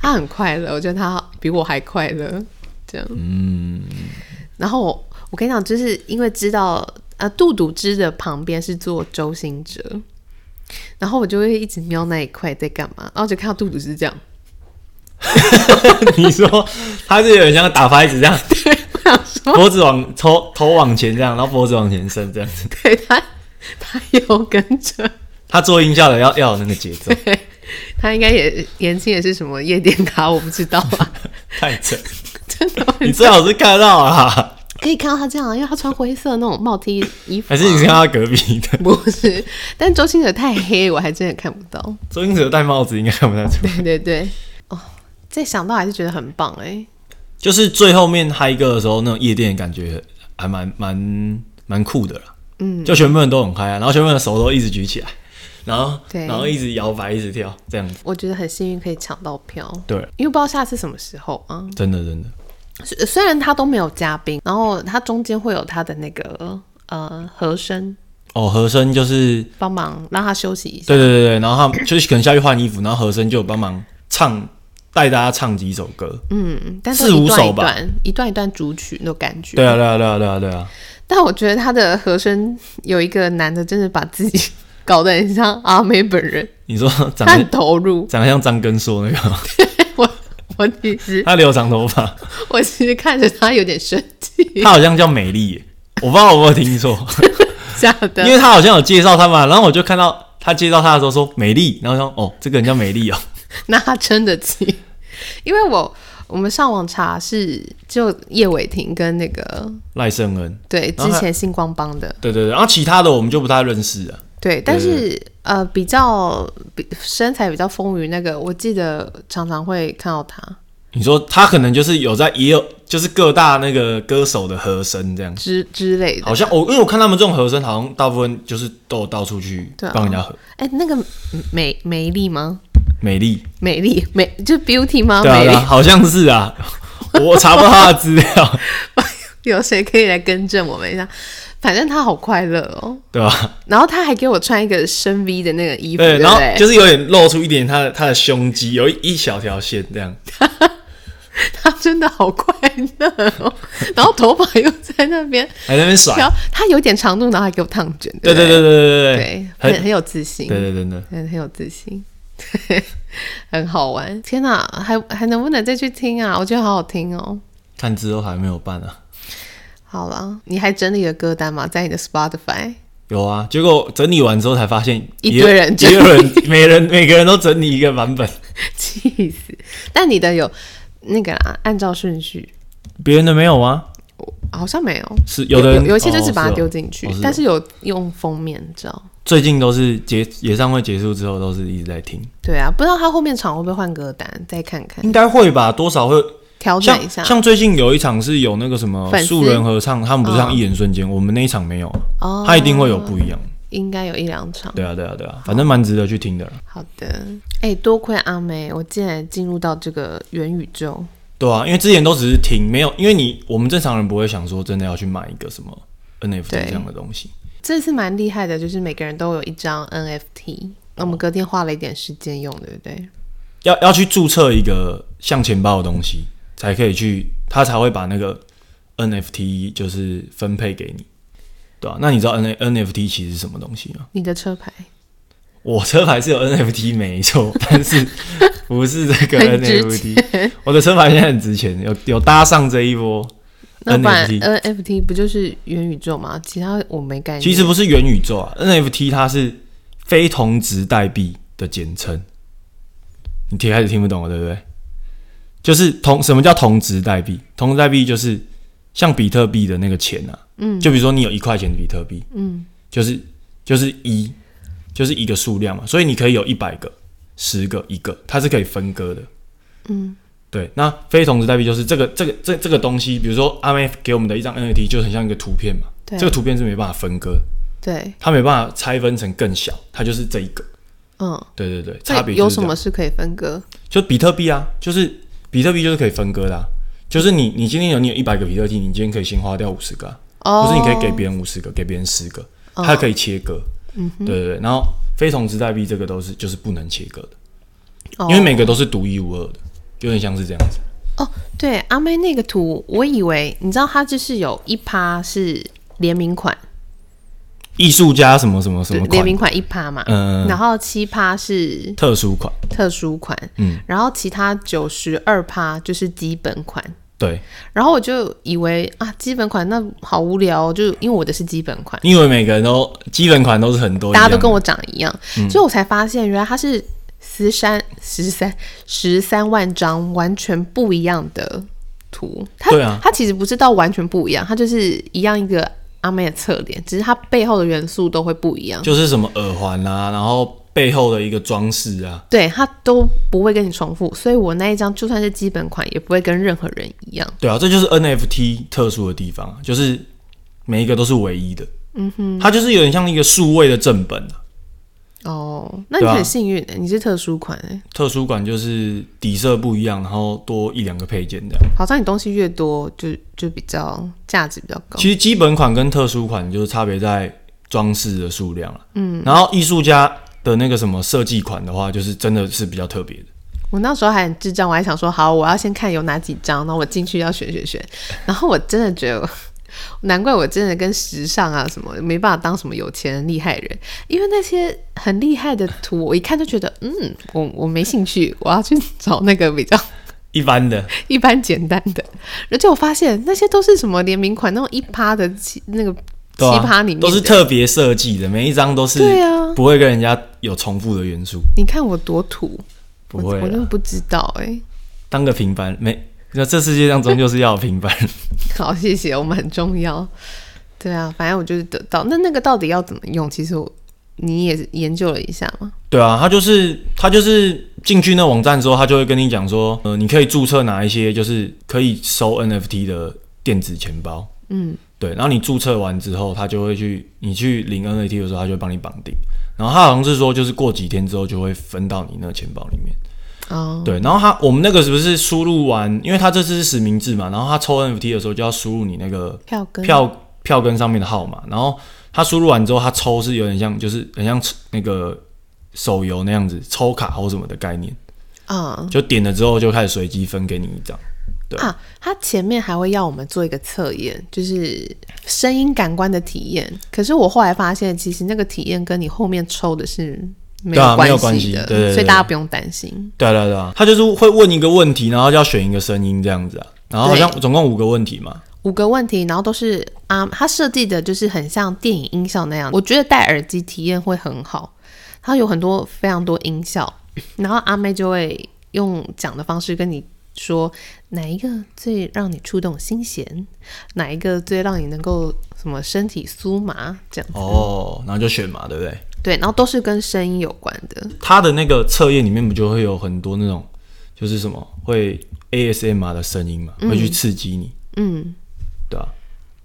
[SPEAKER 2] 他很快乐，我觉得他比我还快乐，这样。
[SPEAKER 1] 嗯，
[SPEAKER 2] 然后我我跟你讲，就是因为知道呃杜笃之的旁边是做周星哲，然后我就会一直瞄那一块在干嘛，然后就看到杜笃之这样，
[SPEAKER 1] 你说他是有点像打拍子这 样，
[SPEAKER 2] 我想说，
[SPEAKER 1] 脖子往头头往前这样，然后脖子往前伸这样子。
[SPEAKER 2] 对他他有跟着，
[SPEAKER 1] 他做音效的要要有那个节奏，
[SPEAKER 2] 他应该也年轻也是什么夜店咖，我不知道啊，
[SPEAKER 1] 太扯。
[SPEAKER 2] 真的
[SPEAKER 1] 你最好是看到啊，
[SPEAKER 2] 可以看到他这样啊，因为他穿灰色那种帽 T 衣服 啊、
[SPEAKER 1] 还是你看到隔壁的？
[SPEAKER 2] 不是，但周星哲太黑，我还真的看不到。
[SPEAKER 1] 周星驰戴帽子应该看不太出来。
[SPEAKER 2] 对 对对，哦，再想到还是觉得很棒哎、
[SPEAKER 1] 就是最后面嗨歌的时候，那种夜店的感觉还蛮蛮蛮酷的啦。嗯，就全部人都很嗨啊，然后全部人的手都一直举起来，然后
[SPEAKER 2] 对
[SPEAKER 1] 然后一直摇摆，一直跳，这样子。
[SPEAKER 2] 我觉得很幸运可以抢到票。
[SPEAKER 1] 对，
[SPEAKER 2] 因为不知道下次什么时候啊。
[SPEAKER 1] 真的真的。
[SPEAKER 2] 虽虽然他都没有嘉宾，然后他中间会有他的那个呃和声
[SPEAKER 1] 哦，和声就是
[SPEAKER 2] 帮忙让他休息一下。
[SPEAKER 1] 对对对对，然后他们就是可能下去换衣服，然后和声就有帮忙唱，带大家唱几首歌。
[SPEAKER 2] 嗯，但是
[SPEAKER 1] 四五
[SPEAKER 2] 一段
[SPEAKER 1] 首
[SPEAKER 2] 一
[SPEAKER 1] 吧
[SPEAKER 2] 段一段一段主曲那种感觉。
[SPEAKER 1] 对啊，对啊，对啊，对啊，对啊，
[SPEAKER 2] 但我觉得他的和声有一个男的，真的把自己 搞得很像阿妹本人，
[SPEAKER 1] 你说长
[SPEAKER 2] 他
[SPEAKER 1] 得
[SPEAKER 2] 很投入。
[SPEAKER 1] 长得像张根硕那个吗，
[SPEAKER 2] 我我其实
[SPEAKER 1] 他留长头发，
[SPEAKER 2] 我其实看着他有点生气，
[SPEAKER 1] 他好像叫美丽耶，我不知道我有没有听错，
[SPEAKER 2] 假
[SPEAKER 1] 因
[SPEAKER 2] 的。
[SPEAKER 1] 为他好像有介绍他嘛，然后我就看到他介绍他的时候说美丽，然后说哦，这个人叫美丽哦，
[SPEAKER 2] 那他撑得起，因为我我们上网查是就叶伟霆跟那个
[SPEAKER 1] 赖圣恩，
[SPEAKER 2] 对
[SPEAKER 1] 然后
[SPEAKER 2] 之
[SPEAKER 1] 他
[SPEAKER 2] 前星光帮的
[SPEAKER 1] 对对对，然后其他的我们就不太认识啊，
[SPEAKER 2] 对，但是呃比较比身材比较丰腴那个，我记得常常会看到他
[SPEAKER 1] 你说他可能就是有在也有就是各大那个歌手的和声这样子。
[SPEAKER 2] 之之类的
[SPEAKER 1] 好。像我、因为我看他们这种和声，好像大部分就是都有到处去
[SPEAKER 2] 对啊
[SPEAKER 1] 帮人家和、
[SPEAKER 2] 哎、那个美美丽吗？
[SPEAKER 1] 美丽，
[SPEAKER 2] 美丽美就 beauty 吗？
[SPEAKER 1] 对啊，
[SPEAKER 2] 美
[SPEAKER 1] 对
[SPEAKER 2] 丽
[SPEAKER 1] 啊，好像是啊，我查不到他的资料，
[SPEAKER 2] 有谁可以来更正我们一下？反正他好快乐哦，
[SPEAKER 1] 对吧？
[SPEAKER 2] 然后他还给我穿一个深 V 的那个衣服，
[SPEAKER 1] 对，
[SPEAKER 2] 对
[SPEAKER 1] 然
[SPEAKER 2] 不
[SPEAKER 1] 后
[SPEAKER 2] 对？
[SPEAKER 1] 就是有点露出一点他的他的胸肌，有一一小条线这样。
[SPEAKER 2] 他真的好快乐哦， 然后头发又在那边
[SPEAKER 1] 还在那边甩
[SPEAKER 2] 然。后他有点长度，然后还给我烫卷，
[SPEAKER 1] 对
[SPEAKER 2] 对
[SPEAKER 1] 对对
[SPEAKER 2] 不
[SPEAKER 1] 对
[SPEAKER 2] 对，
[SPEAKER 1] 很
[SPEAKER 2] 很很有自信，
[SPEAKER 1] 对对对对，
[SPEAKER 2] 很很有自信， 很好玩。天哪，还还能不能再去听啊？我觉得好好听哦。
[SPEAKER 1] 看之后还没有办啊。
[SPEAKER 2] 好了，你还整理了歌单吗？在你的 Spotify？
[SPEAKER 1] 有啊，结果整理完之后才发现
[SPEAKER 2] 一
[SPEAKER 1] 也
[SPEAKER 2] 堆人
[SPEAKER 1] 也有人，每人每个人都整理一个版本，
[SPEAKER 2] 气死！但你的有那个啦，按照顺序，
[SPEAKER 1] 别人的没有吗？
[SPEAKER 2] 我好像没有。
[SPEAKER 1] 是有的人
[SPEAKER 2] 有有一些就
[SPEAKER 1] 哦
[SPEAKER 2] 是把它
[SPEAKER 1] 哦
[SPEAKER 2] 丢进去，
[SPEAKER 1] 哦哦
[SPEAKER 2] 但是有用封面照。
[SPEAKER 1] 最近都是结演唱会结束之后都是一直在听，
[SPEAKER 2] 对啊，不知道他后面场会不会换歌单，再看看
[SPEAKER 1] 应该会吧，多少会
[SPEAKER 2] 调整一
[SPEAKER 1] 像
[SPEAKER 2] 下。
[SPEAKER 1] 像最近有一场是有那个什么
[SPEAKER 2] 粉丝
[SPEAKER 1] 素人合唱，他们不是
[SPEAKER 2] 哦
[SPEAKER 1] 唱一眼瞬间，我们那一场没有，
[SPEAKER 2] 哦
[SPEAKER 1] 他一定会有不一样。
[SPEAKER 2] 应该有一两场。
[SPEAKER 1] 对啊对啊对啊，反正蛮值得去听的啦。
[SPEAKER 2] 好的，哎、多亏阿梅，我竟然进入到这个元宇宙。
[SPEAKER 1] 对啊，因为之前都只是听，没有，因为你我们正常人不会想说真的要去买一个什么 NFT
[SPEAKER 2] 对
[SPEAKER 1] 这样的东西。
[SPEAKER 2] 这次蛮厉害的，就是每个人都有一张 NFT。那
[SPEAKER 1] 哦
[SPEAKER 2] 我们隔天花了一点时间用，对不对？
[SPEAKER 1] 要要去注册一个像钱包的东西，才可以去，他才会把那个 NFT 就是分配给你，对啊，那你知道 N NFT 其实是什么东西吗？
[SPEAKER 2] 你的车牌
[SPEAKER 1] 我车牌是有 NFT 没错，但是不是这个
[SPEAKER 2] 很值
[SPEAKER 1] NFT。我的车牌现在很值钱，有有搭上这一波。
[SPEAKER 2] 那不然
[SPEAKER 1] NFT
[SPEAKER 2] NFT 不就是元宇宙吗？其他我没概念。
[SPEAKER 1] 其实不是元宇宙啊，NFT 它是非同值代币的简称。你听开始听不懂了，对不对？就是同什么叫同值代币？同值代币就是像比特币的那个钱啊，嗯，就比如说你有一块钱比特币，嗯，就是就是一，就是一个数量嘛，所以你可以有一百个、十个、一个，它是可以分割的，嗯，对。那非同值代币就是这个这个这这个东西，比如说阿妹给我们的一张 NFT 就很像一个图片嘛，
[SPEAKER 2] 对
[SPEAKER 1] 这个图片是没办法分割，
[SPEAKER 2] 对，
[SPEAKER 1] 它没办法拆分成更小，它就是这一个。
[SPEAKER 2] 嗯，
[SPEAKER 1] 对对对，
[SPEAKER 2] 那
[SPEAKER 1] 差别就
[SPEAKER 2] 有
[SPEAKER 1] 是这
[SPEAKER 2] 什
[SPEAKER 1] 样
[SPEAKER 2] 么是可以分割？
[SPEAKER 1] 就比特币啊，就是比特币就是可以分割的、啊，就是你你今天有你有一百个比特币，你今天可以先花掉五十个、啊，
[SPEAKER 2] 哦，
[SPEAKER 1] 或是你可以给别人五十个，给别人十个，它可以切割。
[SPEAKER 2] 嗯
[SPEAKER 1] 对对对，然后非同值代币这个都是就是不能切割的，
[SPEAKER 2] 哦，
[SPEAKER 1] 因为每个都是独一无二的，有点像是这样子。
[SPEAKER 2] 哦，对，阿妹那个图，我以为你知道，它就是有一趴是联名款，
[SPEAKER 1] 艺术家什么什么什
[SPEAKER 2] 对，
[SPEAKER 1] 么
[SPEAKER 2] 联
[SPEAKER 1] 嗯款，
[SPEAKER 2] 名款一趴嘛，
[SPEAKER 1] 嗯
[SPEAKER 2] 然后七趴是
[SPEAKER 1] 特殊款，
[SPEAKER 2] 特殊款，
[SPEAKER 1] 嗯，
[SPEAKER 2] 然后其他九十二趴就是基本款。
[SPEAKER 1] 对，
[SPEAKER 2] 然后我就以为啊，基本款那好无聊、哦，就因为我的是基本款，
[SPEAKER 1] 你以为每个人都基本款都是很多一
[SPEAKER 2] 大
[SPEAKER 1] 样嗯
[SPEAKER 2] 家
[SPEAKER 1] 的，
[SPEAKER 2] 都跟我长一样，所以我才发现原来它是十三十三十三万张完全不一样的图。它
[SPEAKER 1] 对啊
[SPEAKER 2] 它其实不是到完全不一样，它就是一样一个阿妹的侧脸，只是它背后的元素都会不一样。
[SPEAKER 1] 就是什么耳环啊，然后背后的一个装饰啊，
[SPEAKER 2] 对，它都不会跟你重复，所以我那一张就算是基本款，也不会跟任何人一样。
[SPEAKER 1] 对啊，这就是 NFT 特殊的地方啊，就是每一个都是唯一的。嗯哼，它就是有点像一个数位的正本啊。
[SPEAKER 2] 哦，那你
[SPEAKER 1] 对啊
[SPEAKER 2] 很幸运、欸，你是特殊款、欸，
[SPEAKER 1] 特殊款就是底色不一样，然后多一两个配件这样。
[SPEAKER 2] 好像你东西越多，就就比较价值比较高。
[SPEAKER 1] 其实基本款跟特殊款就是差别在装饰的数量了。嗯，然后艺术家的那个什么设计款的话，就是真的是比较特别的。
[SPEAKER 2] 我那时候还很智障，我还想说，好，我要先看有哪几张，然后我进去要选选选。 然后我真的觉得我，难怪我真的跟时尚啊什么没办法当什么有钱人、厉害人，因为那些很厉害的图，我一看就觉得，嗯，我我没兴趣，我要去找那个比较
[SPEAKER 1] 一般的，
[SPEAKER 2] 一般简单的。而且我发现那些都是什么联名款，那种一趴的七那个七
[SPEAKER 1] 对啊
[SPEAKER 2] 趴里面的、
[SPEAKER 1] 都是特别设计的，每一张都是
[SPEAKER 2] 对啊
[SPEAKER 1] 不会跟人家有重复的元素，
[SPEAKER 2] 你看我多土，
[SPEAKER 1] 不
[SPEAKER 2] 我
[SPEAKER 1] 会啊
[SPEAKER 2] 我
[SPEAKER 1] 啦
[SPEAKER 2] 真的不知道哎、
[SPEAKER 1] 当个平凡没。那这世界上终究是要有平凡，
[SPEAKER 2] 好，谢谢，我们很重要。对啊，反正我就是得到。那那个到底要怎么用？其实我你也研究了一下嘛。
[SPEAKER 1] 对啊，他就是他就是进去那网站之后，他就会跟你讲说，呃，你可以注册哪一些就是可以收 NFT 的电子钱包，嗯，对，然后你注册完之后，他就会去你去领 NFT 的时候，他就会帮你绑定，然后他好像是说就是过几天之后就会分到你那个钱包里面，
[SPEAKER 2] 哦，
[SPEAKER 1] 对，然后他我们那个是不是输入完，因为他这次是实名制嘛，然后他抽 NFT 的时候就要输入你那个
[SPEAKER 2] 票根
[SPEAKER 1] 票票根上面的号码，然后他输入完之后，他抽是有点像，就是很像那个手游那样子抽卡或什么的概念，
[SPEAKER 2] 啊、
[SPEAKER 1] 就点了之后就开始随机分给你一张。对
[SPEAKER 2] 啊，他前面还会要我们做一个测验，就是声音感官的体验。可是我后来发现，其实那个体验跟你后面抽的是没
[SPEAKER 1] 对啊没有
[SPEAKER 2] 有
[SPEAKER 1] 关
[SPEAKER 2] 系
[SPEAKER 1] 系
[SPEAKER 2] 的，
[SPEAKER 1] 对对对
[SPEAKER 2] 所以大家不用担心。
[SPEAKER 1] 对啊对啊对啊，他就是会问一个问题，然后就要选一个声音这样子啊，然后好像
[SPEAKER 2] 对
[SPEAKER 1] 总共五个问题嘛，
[SPEAKER 2] 五个问题，然后都是啊，它设计的就是很像电影音效那样，我觉得戴耳机体验会很好。它有很多非常多音效， 然后阿妹就会用讲的方式跟你说哪一个最让你触动心弦，哪一个最让你能够什么身体酥麻这样子。
[SPEAKER 1] 哦，然后就选嘛，对不对？
[SPEAKER 2] 对，然后都是跟声音有关的。
[SPEAKER 1] 他的那个测验里面不就会有很多那种，就是什么会 ASMR 的声音嘛，会去刺激你，
[SPEAKER 2] 嗯，
[SPEAKER 1] 对吧、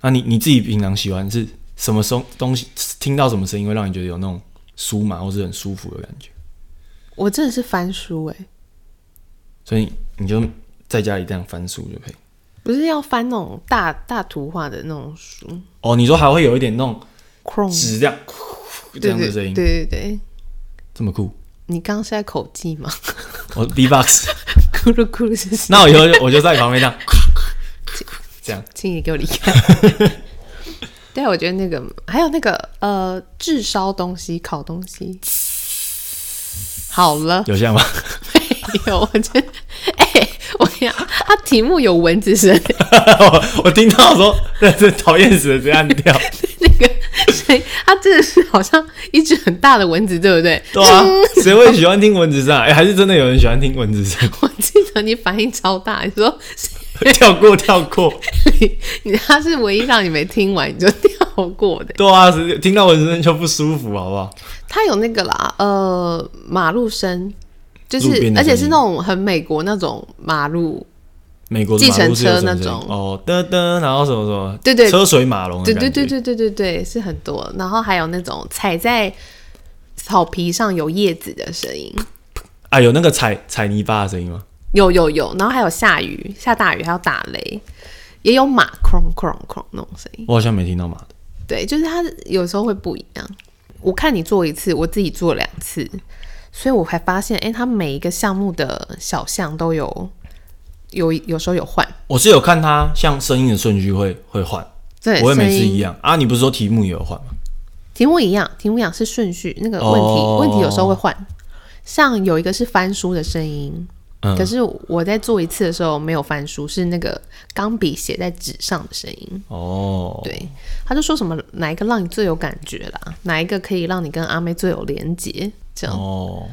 [SPEAKER 1] 那你你自己平常喜欢是什么东东西？听到什么声音会让你觉得有那种酥麻或是很舒服的感觉？
[SPEAKER 2] 我真的是翻书欸诶、
[SPEAKER 1] 所以你就在家里这样翻书就可以。
[SPEAKER 2] 不是要翻那种大大图画的那种书
[SPEAKER 1] 哦，你说还会有一点那种
[SPEAKER 2] ，Chrome
[SPEAKER 1] 纸这样这
[SPEAKER 2] 对
[SPEAKER 1] 样的
[SPEAKER 2] 对
[SPEAKER 1] 声音，
[SPEAKER 2] 对对对，
[SPEAKER 1] 这么酷。
[SPEAKER 2] 你刚刚是在口技吗？
[SPEAKER 1] 我 B-box，
[SPEAKER 2] 咕噜咕噜是谁？
[SPEAKER 1] 那我以后就我就在旁边这样， 这样
[SPEAKER 2] 请你给我离 开。对，啊我觉得那个还有那个呃，炙烧东西、烤东西，好了，
[SPEAKER 1] 有像吗？
[SPEAKER 2] 没有，我觉得，哎、我跟你讲，它题目有蚊子声，
[SPEAKER 1] 我我听到说，那是讨厌死了，谁按 掉？
[SPEAKER 2] 那个谁，它真的是好像一只很大的蚊子，对不对？
[SPEAKER 1] 对啊，谁会喜欢听蚊子声、啊？哎、还是真的有人喜欢听蚊子 声？
[SPEAKER 2] 我记得你反应超大，你说
[SPEAKER 1] 跳过，跳过。
[SPEAKER 2] 你你他是唯一让你没听完你就跳过的。
[SPEAKER 1] 对啊，是听到蚊子声就不舒服，好不好？
[SPEAKER 2] 它有那个啦，呃，马路声，就
[SPEAKER 1] 路边
[SPEAKER 2] 是
[SPEAKER 1] 的
[SPEAKER 2] 而且是
[SPEAKER 1] 声音
[SPEAKER 2] 那种很美国那种马路，
[SPEAKER 1] 美国的马路是有什么声音
[SPEAKER 2] 计程车那种
[SPEAKER 1] 哦，噔噔，然后什么什么，
[SPEAKER 2] 对对
[SPEAKER 1] 车水马龙的
[SPEAKER 2] 对
[SPEAKER 1] 感觉，
[SPEAKER 2] 对对对对对对，是很多。然后还有那种踩在草皮上有叶子的声音，
[SPEAKER 1] 啊，有那个踩踩泥巴的声音吗？
[SPEAKER 2] 有有有。然后还有下雨，下大雨还有打雷，也有马哐哐哐那种声音。
[SPEAKER 1] 我好像没听到马的。
[SPEAKER 2] 对，就是它有时候会不一样。我看你做一次，我自己做两次，所以我才发现，哎，它每一个项目的小项都有，有有时候有换。
[SPEAKER 1] 我是有看它像声音的顺序会会换，
[SPEAKER 2] 对，
[SPEAKER 1] 不会每次
[SPEAKER 2] 声音
[SPEAKER 1] 一样啊。你不是说题目也有换吗？
[SPEAKER 2] 题目一样，题目一样是顺序，那个问题、
[SPEAKER 1] 哦
[SPEAKER 2] 问题有时候会换。像有一个是翻书的声音，
[SPEAKER 1] 嗯
[SPEAKER 2] 可是我在做一次的时候没有翻书，是那个钢笔写在纸上的声音。
[SPEAKER 1] 哦，
[SPEAKER 2] 对，他就说什么哪一个让你最有感觉啦，哪一个可以让你跟阿妹最有连结，这样。
[SPEAKER 1] 哦，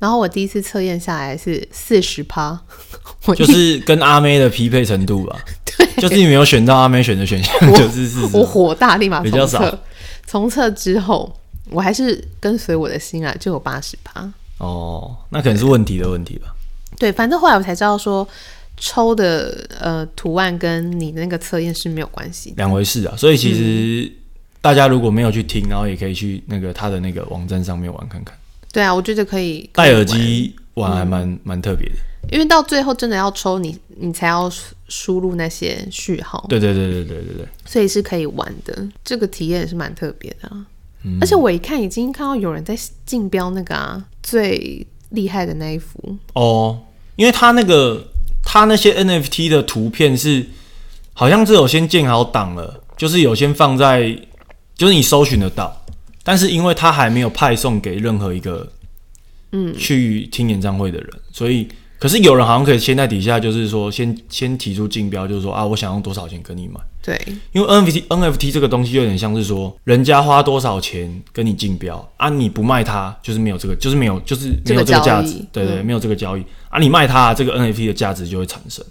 [SPEAKER 2] 然后我第一次测验下来是四十趴， 我
[SPEAKER 1] 就是跟阿妹的匹配程度吧。对，就是你没有选到阿妹选的选项，就是四十
[SPEAKER 2] 我。火大，立马
[SPEAKER 1] 比较
[SPEAKER 2] 重
[SPEAKER 1] 少
[SPEAKER 2] 测。重测之后，我还是跟随我的心啊，就有八十趴。
[SPEAKER 1] 哦，那可能是问题的问题吧。
[SPEAKER 2] 对，反正后来我才知道说，抽的呃图案跟你那个测验是没有关系的。
[SPEAKER 1] 两回事啊。所以其实大家如果没有去听，然后也可以去那个他的那个网站上面玩看看。
[SPEAKER 2] 对啊，我觉得可以
[SPEAKER 1] 戴耳，机玩还蛮蛮、特别的。
[SPEAKER 2] 可以玩因为到最后真的要抽你，你才要输输入那些序号，
[SPEAKER 1] 对对对对对对对，
[SPEAKER 2] 所以是可以玩的。这个体验也是蛮特别的啊。
[SPEAKER 1] 嗯
[SPEAKER 2] 而且我一看已经看到有人在竞标那个啊最厉害的那一幅，
[SPEAKER 1] 哦，因为他那个他那些 NFT 的图片是好像是有先建好档了，就是有先放在，就是你搜寻得到，但是因为他还没有派送给任何一个嗯去听演唱会的人，所以。可是有人好像可以先在底下，就是说先先提出竞标，就是说啊，我想用多少钱跟你买。
[SPEAKER 2] 对
[SPEAKER 1] 因为 NFT NFT 这个东西有点像是说，人家花多少钱跟你竞标啊，你不卖它就是没有这个，就是没有，就是没有这
[SPEAKER 2] 这个
[SPEAKER 1] 个价
[SPEAKER 2] 交易嗯
[SPEAKER 1] 值，对对，没有这个交易啊，你卖它，这个 NFT 的价值就会产生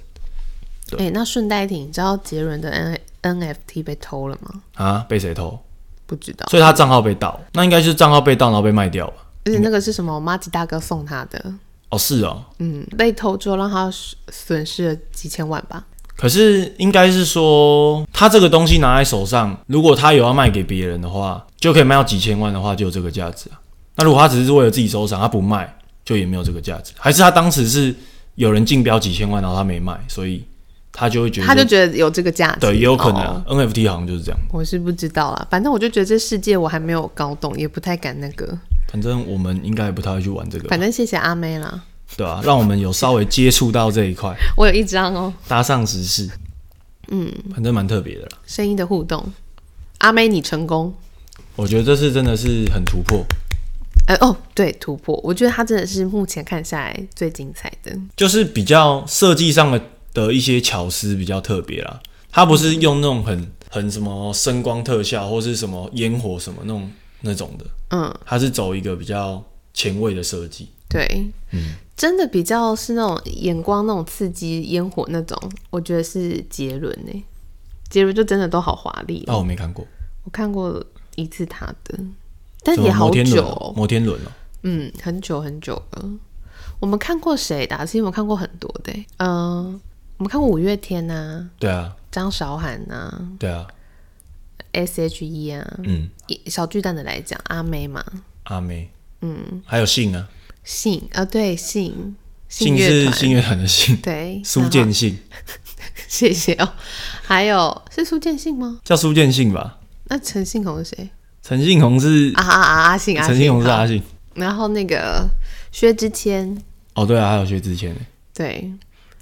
[SPEAKER 2] 哎、那顺带一提，你知道杰伦的 N NFT 被偷了吗？
[SPEAKER 1] 啊，被谁偷？
[SPEAKER 2] 不知道，
[SPEAKER 1] 所以他账号被盗，那应该是账号被盗然后被卖掉吧？
[SPEAKER 2] 而且那个是什么？马吉大哥送他的，
[SPEAKER 1] 哦，是哦，
[SPEAKER 2] 嗯，被偷之后让他损损失了几千万吧。
[SPEAKER 1] 可是应该是说，他这个东西拿在手上，如果他有要卖给别人的话，就可以卖到几千万的话，就有这个价值啊。那如果他只是为了自己收藏，他不卖，就也没有这个价值。还是他当时是有人竞标几千万，然后他没卖，所以他就会觉得
[SPEAKER 2] 他就觉得有这个价值，
[SPEAKER 1] 对，也有可能、
[SPEAKER 2] 哦
[SPEAKER 1] 啊 NFT 好像就是这样。
[SPEAKER 2] 我是不知道啦，反正我就觉得这世界我还没有搞懂，也不太敢那个。
[SPEAKER 1] 反正我们应该也不太会去玩这个吧，
[SPEAKER 2] 反正谢谢阿妹啦，
[SPEAKER 1] 对吧、让我们有稍微接触到这一块，
[SPEAKER 2] 我有一张哦，
[SPEAKER 1] 搭上时事，嗯，反正蛮特别的啦。
[SPEAKER 2] 声音的互动。阿妹，你成功。
[SPEAKER 1] 我觉得这次真的是很突破，
[SPEAKER 2] 呃哦，对，突破，我觉得它真的是目前看下来最精彩的。
[SPEAKER 1] 就是比较设计上的的一些巧思比较特别啦。它不是用那种很很什么声光特效或是什么烟火什么那种那种的，
[SPEAKER 2] 嗯，
[SPEAKER 1] 它是走一个比较前卫的设计。
[SPEAKER 2] 对，真的比较是那种眼光那种刺激烟火那种，我觉得是杰伦呢、杰伦就真的都好华丽哦、
[SPEAKER 1] 但我没看过，
[SPEAKER 2] 我看过一次他的，但
[SPEAKER 1] 什
[SPEAKER 2] 也
[SPEAKER 1] 么摩
[SPEAKER 2] 好
[SPEAKER 1] 天
[SPEAKER 2] 久
[SPEAKER 1] 轮
[SPEAKER 2] 哦、
[SPEAKER 1] 哦，摩天轮哦，
[SPEAKER 2] 嗯，很久很久了。我们看过谁的、啊？其实我们看过很多的欸、嗯、我们看过五月天呐、
[SPEAKER 1] 对啊，
[SPEAKER 2] 张韶涵呐、
[SPEAKER 1] 对啊，
[SPEAKER 2] S.H.E 啊，
[SPEAKER 1] 嗯，
[SPEAKER 2] 以小巨蛋的来讲，阿妹嘛，
[SPEAKER 1] 阿妹，嗯，还有信啊，
[SPEAKER 2] 信啊，对，信信
[SPEAKER 1] 信
[SPEAKER 2] 乐
[SPEAKER 1] 是
[SPEAKER 2] 团，
[SPEAKER 1] 信乐团的信，
[SPEAKER 2] 对，
[SPEAKER 1] 苏
[SPEAKER 2] 然后
[SPEAKER 1] 建，信
[SPEAKER 2] 谢谢哦。还有是苏建信吗？
[SPEAKER 1] 叫苏建信吧？
[SPEAKER 2] 那陈信宏是谁？
[SPEAKER 1] 陈信宏是
[SPEAKER 2] 啊啊啊！阿信阿
[SPEAKER 1] 陈信宏是
[SPEAKER 2] 好
[SPEAKER 1] 阿信，
[SPEAKER 2] 然后那个薛之谦，
[SPEAKER 1] 哦对啊，还有薛之谦，
[SPEAKER 2] 对，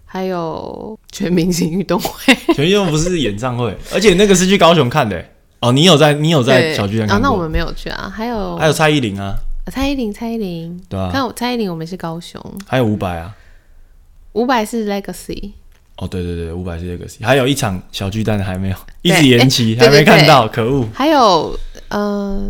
[SPEAKER 2] 还有全明星运动会，
[SPEAKER 1] 全运动不是演唱会，而且那个是去高雄看的欸。哦，你有在，你有在
[SPEAKER 2] 对
[SPEAKER 1] 小巨蛋
[SPEAKER 2] 啊，
[SPEAKER 1] 看
[SPEAKER 2] 那我
[SPEAKER 1] 过？
[SPEAKER 2] 们没有去啊。还有
[SPEAKER 1] 还有蔡依林啊，
[SPEAKER 2] 蔡依林，蔡依林，
[SPEAKER 1] 对啊
[SPEAKER 2] 看我蔡依林，我们是高雄，
[SPEAKER 1] 还有伍佰啊。
[SPEAKER 2] 伍佰是 Legacy，
[SPEAKER 1] 哦，对对对，伍佰是 Legacy，还有一场小巨蛋还没有，一直
[SPEAKER 2] 对
[SPEAKER 1] 延期，
[SPEAKER 2] 哎
[SPEAKER 1] 还没
[SPEAKER 2] 对对
[SPEAKER 1] 看到，可恶。
[SPEAKER 2] 还有呃，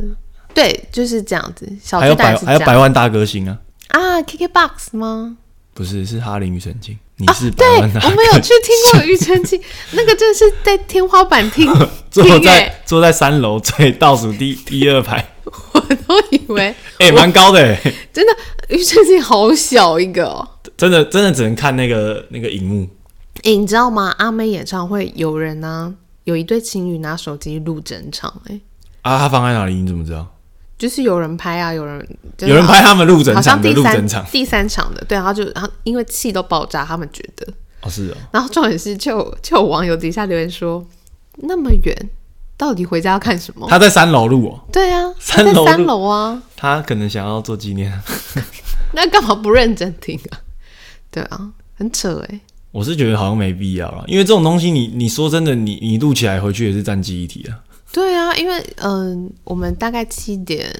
[SPEAKER 2] 对，就是这样子。小
[SPEAKER 1] 还有
[SPEAKER 2] 巨蛋
[SPEAKER 1] 百
[SPEAKER 2] 是哦这
[SPEAKER 1] 还有
[SPEAKER 2] 样
[SPEAKER 1] 百万大歌星啊，
[SPEAKER 2] 啊，KKBOX 吗？
[SPEAKER 1] 不是是哈林庾澄庆，你是百
[SPEAKER 2] 啊对，
[SPEAKER 1] 万大
[SPEAKER 2] 我
[SPEAKER 1] 歌
[SPEAKER 2] 们有去听过庾澄庆，那个真的是在天花 板听
[SPEAKER 1] 坐
[SPEAKER 2] 听哎、
[SPEAKER 1] 在坐在三楼最倒数第第二 排，
[SPEAKER 2] 我都以为
[SPEAKER 1] 哎，蛮高的欸，
[SPEAKER 2] 真的庾澄庆好小一个哦。
[SPEAKER 1] 真的真的只能看那个那个荧幕。
[SPEAKER 2] 诶你知道吗？阿妹演唱会有人呢、有一对情侣拿手机录整场、诶
[SPEAKER 1] 啊，他放在哪里？你怎么知道？
[SPEAKER 2] 就是有人拍啊，有人
[SPEAKER 1] 有人，拍他们入
[SPEAKER 2] 就是
[SPEAKER 1] 整
[SPEAKER 2] 好
[SPEAKER 1] 场
[SPEAKER 2] 像
[SPEAKER 1] 的
[SPEAKER 2] 第
[SPEAKER 1] 入
[SPEAKER 2] 三
[SPEAKER 1] 整场
[SPEAKER 2] 第三场的，对，然后就然后因为气都爆炸，他们觉得，
[SPEAKER 1] 哦，是哦，
[SPEAKER 2] 然后重点是就有就有网友底下留言说，那么远，到底回家要看什么？
[SPEAKER 1] 他在三楼录哦，
[SPEAKER 2] 对啊，
[SPEAKER 1] 三
[SPEAKER 2] 在
[SPEAKER 1] 楼
[SPEAKER 2] 三
[SPEAKER 1] 录
[SPEAKER 2] 楼啊，
[SPEAKER 1] 他可能想要做纪念。
[SPEAKER 2] 那干嘛不认真听啊？对啊，很扯哎、
[SPEAKER 1] 我是觉得好像没必要了，因为这种东西你，你说真的，你你录起来回去也是占记忆体啊。
[SPEAKER 2] 对啊，因为嗯、我们大概七点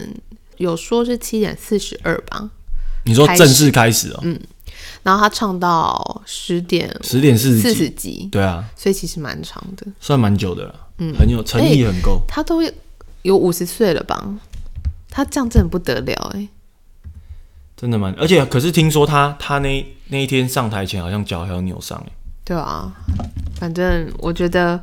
[SPEAKER 2] 有说是七点四十二吧，
[SPEAKER 1] 你说正式开始哦、
[SPEAKER 2] 然后他唱到十点
[SPEAKER 1] 十点四
[SPEAKER 2] 四
[SPEAKER 1] 十
[SPEAKER 2] 十
[SPEAKER 1] 几，
[SPEAKER 2] 几，
[SPEAKER 1] 对啊，
[SPEAKER 2] 所以其实蛮长的。
[SPEAKER 1] 算蛮久的了，很有诚意，很够。
[SPEAKER 2] 他都有五十岁了吧？他这样真的不得了哎、
[SPEAKER 1] 真的蛮，而且可是听说他他那那一天上台前好像脚还有扭伤、欸，
[SPEAKER 2] 对啊，反正我觉得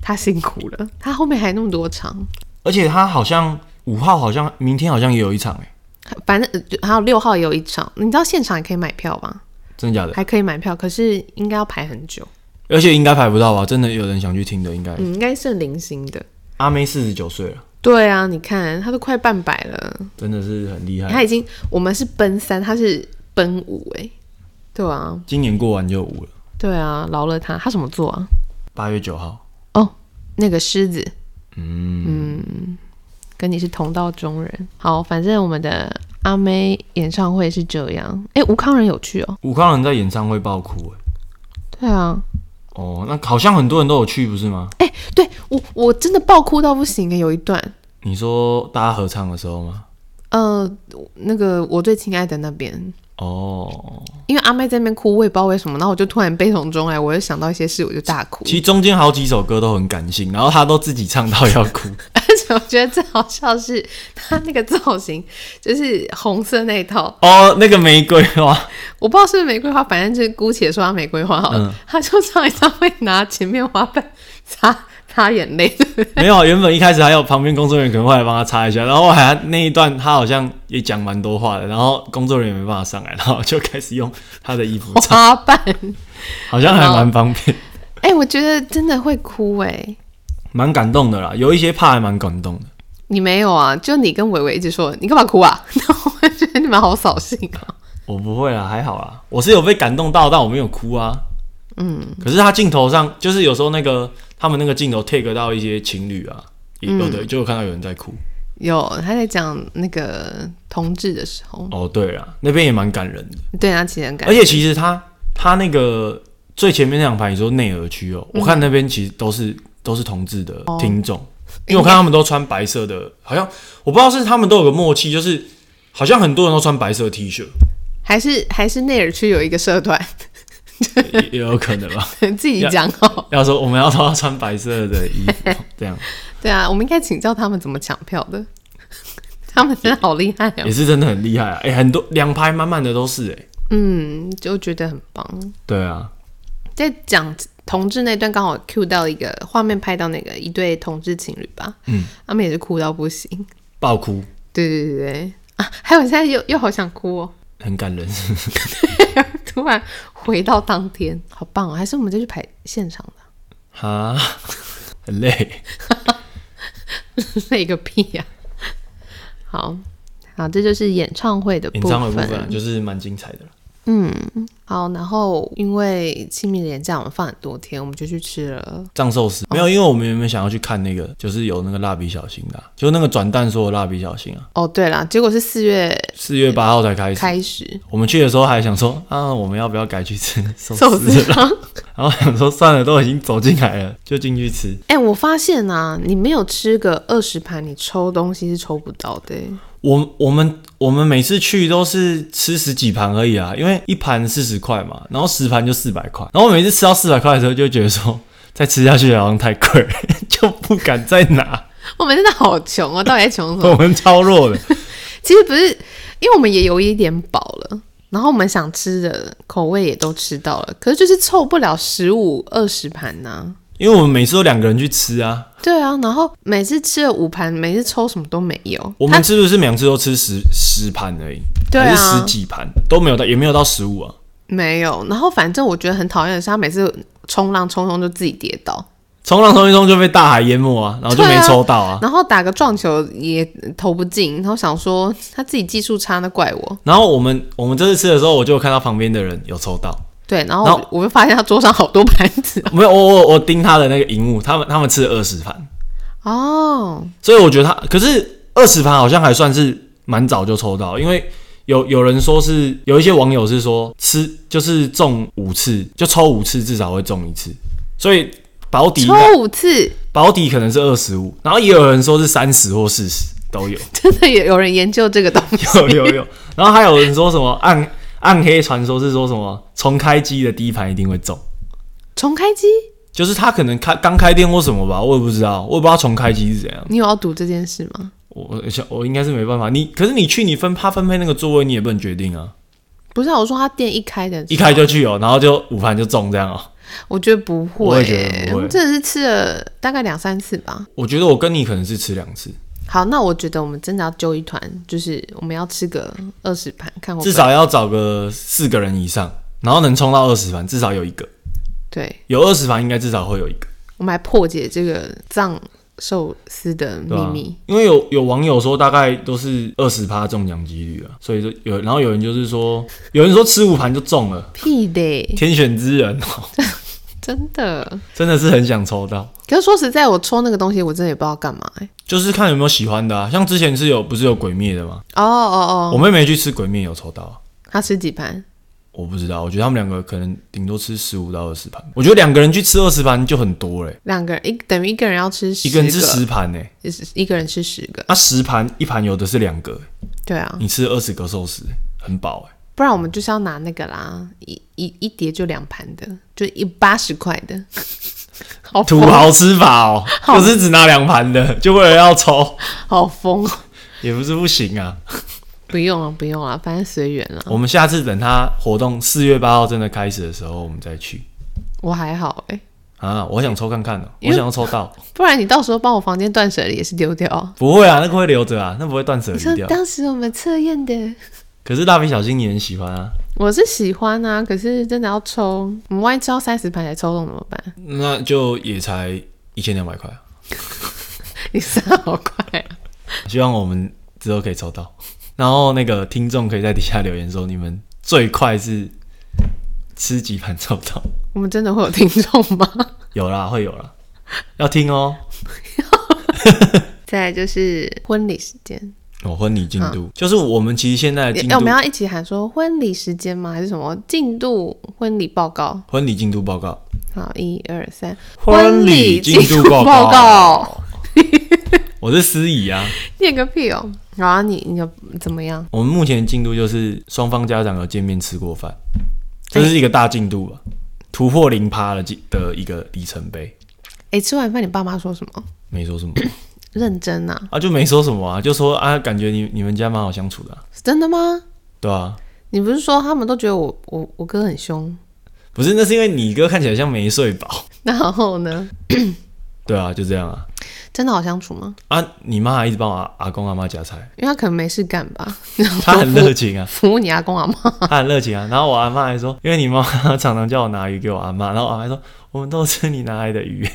[SPEAKER 2] 他辛苦了，他后面还那么多场，
[SPEAKER 1] 而且他好像五号好像明天好像也有一场、欸，
[SPEAKER 2] 反正呃还有六号也有一场，你知道现场也可以买票吗？
[SPEAKER 1] 真的假的？
[SPEAKER 2] 还可以买票，可是应该要排很久，
[SPEAKER 1] 而且应该排不到吧？真的有人想去听的，应该、
[SPEAKER 2] 嗯，应该是零星的。
[SPEAKER 1] 阿妹四十九岁了，
[SPEAKER 2] 对啊，你看他都快半百了，
[SPEAKER 1] 真的是很厉
[SPEAKER 2] 他
[SPEAKER 1] 害。
[SPEAKER 2] 已经我们是奔三，他是奔五哎、对啊，
[SPEAKER 1] 今年过完就五了，
[SPEAKER 2] 对啊，饶了他，他什么座啊？
[SPEAKER 1] 八月九号。
[SPEAKER 2] 哦，那个狮子
[SPEAKER 1] 嗯，
[SPEAKER 2] 跟你是同道中人。好，反正我们的阿妹演唱会是这样，哎、吴康仁有去哦，
[SPEAKER 1] 武康人在演唱会爆哭、欸，
[SPEAKER 2] 对啊，
[SPEAKER 1] 哦，那好像很多人都有去，不是吗？
[SPEAKER 2] 哎、对我我真的爆哭到不行哎，有一段。
[SPEAKER 1] 你说大家合唱的时候吗？
[SPEAKER 2] 呃，那个我最亲爱的那边，
[SPEAKER 1] 哦，
[SPEAKER 2] 因为阿妹在那边哭，我也不知道为什么，然后我就突然悲从中来，我就想到一些事，我就大哭。
[SPEAKER 1] 其实中间好几首歌都很感性，然后他都自己唱到要哭。
[SPEAKER 2] 而且我觉得最好笑是她那个造型，就是红色那一套，
[SPEAKER 1] 哦，那个玫瑰花，
[SPEAKER 2] 我不知道是不是玫瑰花，反正就是姑且说她玫瑰花好了。
[SPEAKER 1] 嗯
[SPEAKER 2] 她就上一张会拿前面花瓣擦擦眼泪，对不对
[SPEAKER 1] 没有，啊原本一开始还有旁边工作人员可能会来帮他擦一下，然后还那一段他好像也讲蛮多话的，然后工作人员没办法上来，然后就开始用他的衣服擦， 哦
[SPEAKER 2] 花瓣。
[SPEAKER 1] 好像还蛮方 便，
[SPEAKER 2] 哎、我觉得真的会哭哎、
[SPEAKER 1] 蛮感动的啦。有一些怕还蛮感动的，
[SPEAKER 2] 你没有啊？就你跟伟伟一直说你干嘛哭啊？然后我觉得你们好扫兴啊！
[SPEAKER 1] 我不会啊，还好啊，我是有被感动到，但我没有哭啊。嗯，可是他镜头上就是有时候那个他们那个镜头 take 到一些情侣啊，也有的、就有看到有人在哭。
[SPEAKER 2] 有他在讲那个同志的时候，
[SPEAKER 1] 哦，对啊，那边也蛮感人的。
[SPEAKER 2] 对他其实很感
[SPEAKER 1] 而
[SPEAKER 2] 动，
[SPEAKER 1] 且其实他他那个最前面那两排，你说内尔区哦，我看那边其实都是都是同志的听众，因为我看他们都穿白色的，好像我不知道是他们都有个默契，就是好像很多人都穿白色 T 恤，
[SPEAKER 2] 还是还是内尔区有一个社团，
[SPEAKER 1] 也也有可能吧。
[SPEAKER 2] 自己讲哦。
[SPEAKER 1] 要说我们要都要穿白色的衣服，这样
[SPEAKER 2] 对啊，我们应该请教他们怎么抢票的， 他们真的好厉害哦
[SPEAKER 1] 也。是真的很厉 害啊！哎、很多两排满满的都是哎、
[SPEAKER 2] 嗯，就觉得很棒。
[SPEAKER 1] 对啊，
[SPEAKER 2] 在讲同志那段，刚好 Q 到一个画面，拍到那个一对同志情侣吧，嗯，他们也是哭到不行。
[SPEAKER 1] 爆哭
[SPEAKER 2] 对对对对啊！还有现在又又好想哭哦，
[SPEAKER 1] 很感 人，
[SPEAKER 2] 突然回到当天，好棒哦！还是我们再去排现场 的
[SPEAKER 1] 哈，很累。，
[SPEAKER 2] 累个屁呀、好，好，这就是演唱会的
[SPEAKER 1] 演
[SPEAKER 2] 部
[SPEAKER 1] 唱会部
[SPEAKER 2] 分。嗯
[SPEAKER 1] 分啊就是蛮精彩的了，
[SPEAKER 2] 好，然后因为清明连假我们放很多天，我们就去吃了。
[SPEAKER 1] 藏寿司没有，因为我们原本想要去看那个，就是有那个蜡笔小新的啊、就那个转蛋说的蜡笔小新啊，
[SPEAKER 2] 哦，对啦，结果是四月
[SPEAKER 1] 四月八号才开始。
[SPEAKER 2] 开始
[SPEAKER 1] 我们去的时候还想说啊，我们要不要改去吃寿
[SPEAKER 2] 寿司
[SPEAKER 1] 司了？
[SPEAKER 2] 郎。
[SPEAKER 1] 然后想说算了，都已经走进来了，就进去吃。
[SPEAKER 2] 哎、我发现啊，你没有吃个二十盘，你抽东西是抽不到的、欸
[SPEAKER 1] 我我们我们每次去都是吃十几盘而已啊，因为一盘四十块嘛，然后十盘就四百块，然后我每次吃到四百块的时候就觉得说再吃下去好像太贵 了，就不敢再拿。
[SPEAKER 2] 我们真的好穷哦， 到底在穷什
[SPEAKER 1] 我
[SPEAKER 2] 么？
[SPEAKER 1] 们超弱的，
[SPEAKER 2] 其实不是，因为我们也有一点饱了，然后我们想吃的口味也都吃到了，可是就是凑不了十五二十盘呐、
[SPEAKER 1] 因为我们每次都两个人去吃啊，
[SPEAKER 2] 对啊，然后每次吃了五盘，每次抽什么都没有。
[SPEAKER 1] 我
[SPEAKER 2] 他
[SPEAKER 1] 们是不是每次都吃十十盘而已？
[SPEAKER 2] 对
[SPEAKER 1] 还是
[SPEAKER 2] 啊
[SPEAKER 1] 十，几盘都没有到，也没有到十五啊。
[SPEAKER 2] 没有。然后反正我觉得很讨厌的是，他每次冲浪冲冲就自己跌倒，
[SPEAKER 1] 冲浪冲一冲就被大海淹没啊，然后就
[SPEAKER 2] 对
[SPEAKER 1] 没
[SPEAKER 2] 啊
[SPEAKER 1] 抽到啊。
[SPEAKER 2] 然后打个撞球也投不进，然后想说他自己技术差，那怪我。
[SPEAKER 1] 然后我们我们这次吃的时候，我就有看到旁边的人有抽到，
[SPEAKER 2] 对，然后
[SPEAKER 1] 然后
[SPEAKER 2] 我就发现他桌上好多盘子
[SPEAKER 1] 没有我我我盯他的那个荧幕，他们他们吃了二十盘，
[SPEAKER 2] 哦，
[SPEAKER 1] 所以我觉得他可是二十盘好像还算是蛮早就抽到，因为有有人说是有一些网友是说吃就是中五次就抽五次至少会中一次，所以保底应
[SPEAKER 2] 抽
[SPEAKER 1] 该
[SPEAKER 2] 五次，
[SPEAKER 1] 保底可能是二十五，然后也有人说是三十或四十都有。
[SPEAKER 2] 真的有有人研究这个东西。
[SPEAKER 1] 有有有，然后还有人说什么暗暗黑传说是说什么重开机的第一盘一定会中，
[SPEAKER 2] 重开机，
[SPEAKER 1] 就是他可能开刚开店或什么吧，我也不知道，我也不知道重开机是怎样。
[SPEAKER 2] 你有要赌这件事吗？
[SPEAKER 1] 我我想我应该是没办法，你可是你去你分他分配那个座位你也不能决定啊，
[SPEAKER 2] 不是、啊，我说他店一开的，
[SPEAKER 1] 一开就去哦，然后就五盘就中这样哦。
[SPEAKER 2] 我觉得不会、欸，
[SPEAKER 1] 我也觉得不会
[SPEAKER 2] 我真的是吃了大概两三次吧。
[SPEAKER 1] 我觉得我跟你可能是吃两次，
[SPEAKER 2] 好，那我觉得我们真的要揪一团，就是我们要吃个二十盘，看会不会
[SPEAKER 1] 至少要找个四个人以上，然后能冲到二十盘，至少有一个，
[SPEAKER 2] 对，
[SPEAKER 1] 有二十盘应该至少会有一个。
[SPEAKER 2] 我们来破解这个藏寿司的秘
[SPEAKER 1] 对啊
[SPEAKER 2] 密。
[SPEAKER 1] 因为有有网友说大概都是二十趴中奖几率啊，所以说有，然后有人就是说，有人说吃五盘就中 了，
[SPEAKER 2] 屁的，
[SPEAKER 1] 天选之人哦，
[SPEAKER 2] 真的。
[SPEAKER 1] 真的是很想抽到，
[SPEAKER 2] 可是说实在，我抽那个东西，我真的也不知道干嘛、欸。
[SPEAKER 1] 就是看有没有喜欢的啊。像之前是有不是有鬼灭的吗？
[SPEAKER 2] 哦哦
[SPEAKER 1] 我
[SPEAKER 2] 哦，
[SPEAKER 1] 妹妹去吃鬼灭有抽到啊，
[SPEAKER 2] 他吃几盘？
[SPEAKER 1] 我不知道，我觉得他们两个可能顶多吃十五到二十盘，我觉得两个人去吃二十盘就很多嘞、
[SPEAKER 2] 两个人一等于一个人要吃十
[SPEAKER 1] 一个人吃十盘呢、欸，
[SPEAKER 2] 十，一个人吃十个，
[SPEAKER 1] 啊十盘一盘有的是两个欸、
[SPEAKER 2] 对啊，
[SPEAKER 1] 你吃二十个寿司很饱哎、
[SPEAKER 2] 不然我们就是要拿那个啦，一一一碟就两盘的，就一八十块的， 好
[SPEAKER 1] 土
[SPEAKER 2] 疯，
[SPEAKER 1] 豪吃法 哦，就是只拿两盘的，就为了要抽。
[SPEAKER 2] 好疯哦，
[SPEAKER 1] 也不是不行啊。
[SPEAKER 2] 不用啊了，不用了，反正随缘啊了，
[SPEAKER 1] 我们下次等他活动四月八号真的开始的时候，我们再去
[SPEAKER 2] 我还好哎、
[SPEAKER 1] 啊。我想抽看看哦、
[SPEAKER 2] 因
[SPEAKER 1] 我
[SPEAKER 2] 为
[SPEAKER 1] 想要抽到。
[SPEAKER 2] 不然你到时候帮我房间断舍离也是丢掉啊。
[SPEAKER 1] 不会啊，那个会留着啊，那不会断舍
[SPEAKER 2] 你说
[SPEAKER 1] 离掉。
[SPEAKER 2] 当时我们测验的，
[SPEAKER 1] 可是蜡笔小新你很喜欢啊，
[SPEAKER 2] 我是喜欢啊，可是真的要抽，我们万一抽到三十盘才抽中怎么办？
[SPEAKER 1] 那就也才一千两百块啊。
[SPEAKER 2] 你算好快啊！
[SPEAKER 1] 希望我们之后可以抽到。然后那个听众可以在底下留言说你们最快是吃几盘找不到，
[SPEAKER 2] 我们真的会有听众吗？
[SPEAKER 1] 有啦，会有啦，要听哦。
[SPEAKER 2] 再来就是婚礼时间，
[SPEAKER 1] 哦，婚礼进度、就是我们其实现在的进
[SPEAKER 2] 哎，我
[SPEAKER 1] 度
[SPEAKER 2] 们，要一起喊说婚礼时间吗？还是什么进度婚礼报告？
[SPEAKER 1] 婚礼进度报告，
[SPEAKER 2] 好，一二三，
[SPEAKER 1] 婚礼进度报告
[SPEAKER 2] 报告，
[SPEAKER 1] 我是司仪啊。
[SPEAKER 2] 念个屁哦！然后你你就怎么样？
[SPEAKER 1] 我们目前的进度就是双方家长有见面吃过饭，这是一个大进度吧，啊突破零趴的进的一个里程碑。
[SPEAKER 2] 哎，吃完饭你爸妈说什么？
[SPEAKER 1] 没说 什么
[SPEAKER 2] 认真啊？
[SPEAKER 1] 啊，就没说什么啊，就说啊，感觉你你们家蛮好相处的啊、
[SPEAKER 2] 是真的吗？
[SPEAKER 1] 对啊，
[SPEAKER 2] 你不是说他们都觉得我我我哥很凶？
[SPEAKER 1] 不是，那是因为你哥看起来像没睡饱，
[SPEAKER 2] 然后呢？
[SPEAKER 1] 对啊，就这样啊。
[SPEAKER 2] 真的好相处吗？
[SPEAKER 1] 啊，你妈还一直帮我阿阿公阿妈夹 菜，
[SPEAKER 2] 因为他可能没事干吧，
[SPEAKER 1] 她很热情啊，
[SPEAKER 2] 服务你阿公阿妈。
[SPEAKER 1] 她很热情啊。然后我阿妈还说，因为你妈妈常常叫我拿鱼给我阿妈，然后我阿妈说，我们都吃你拿来的鱼。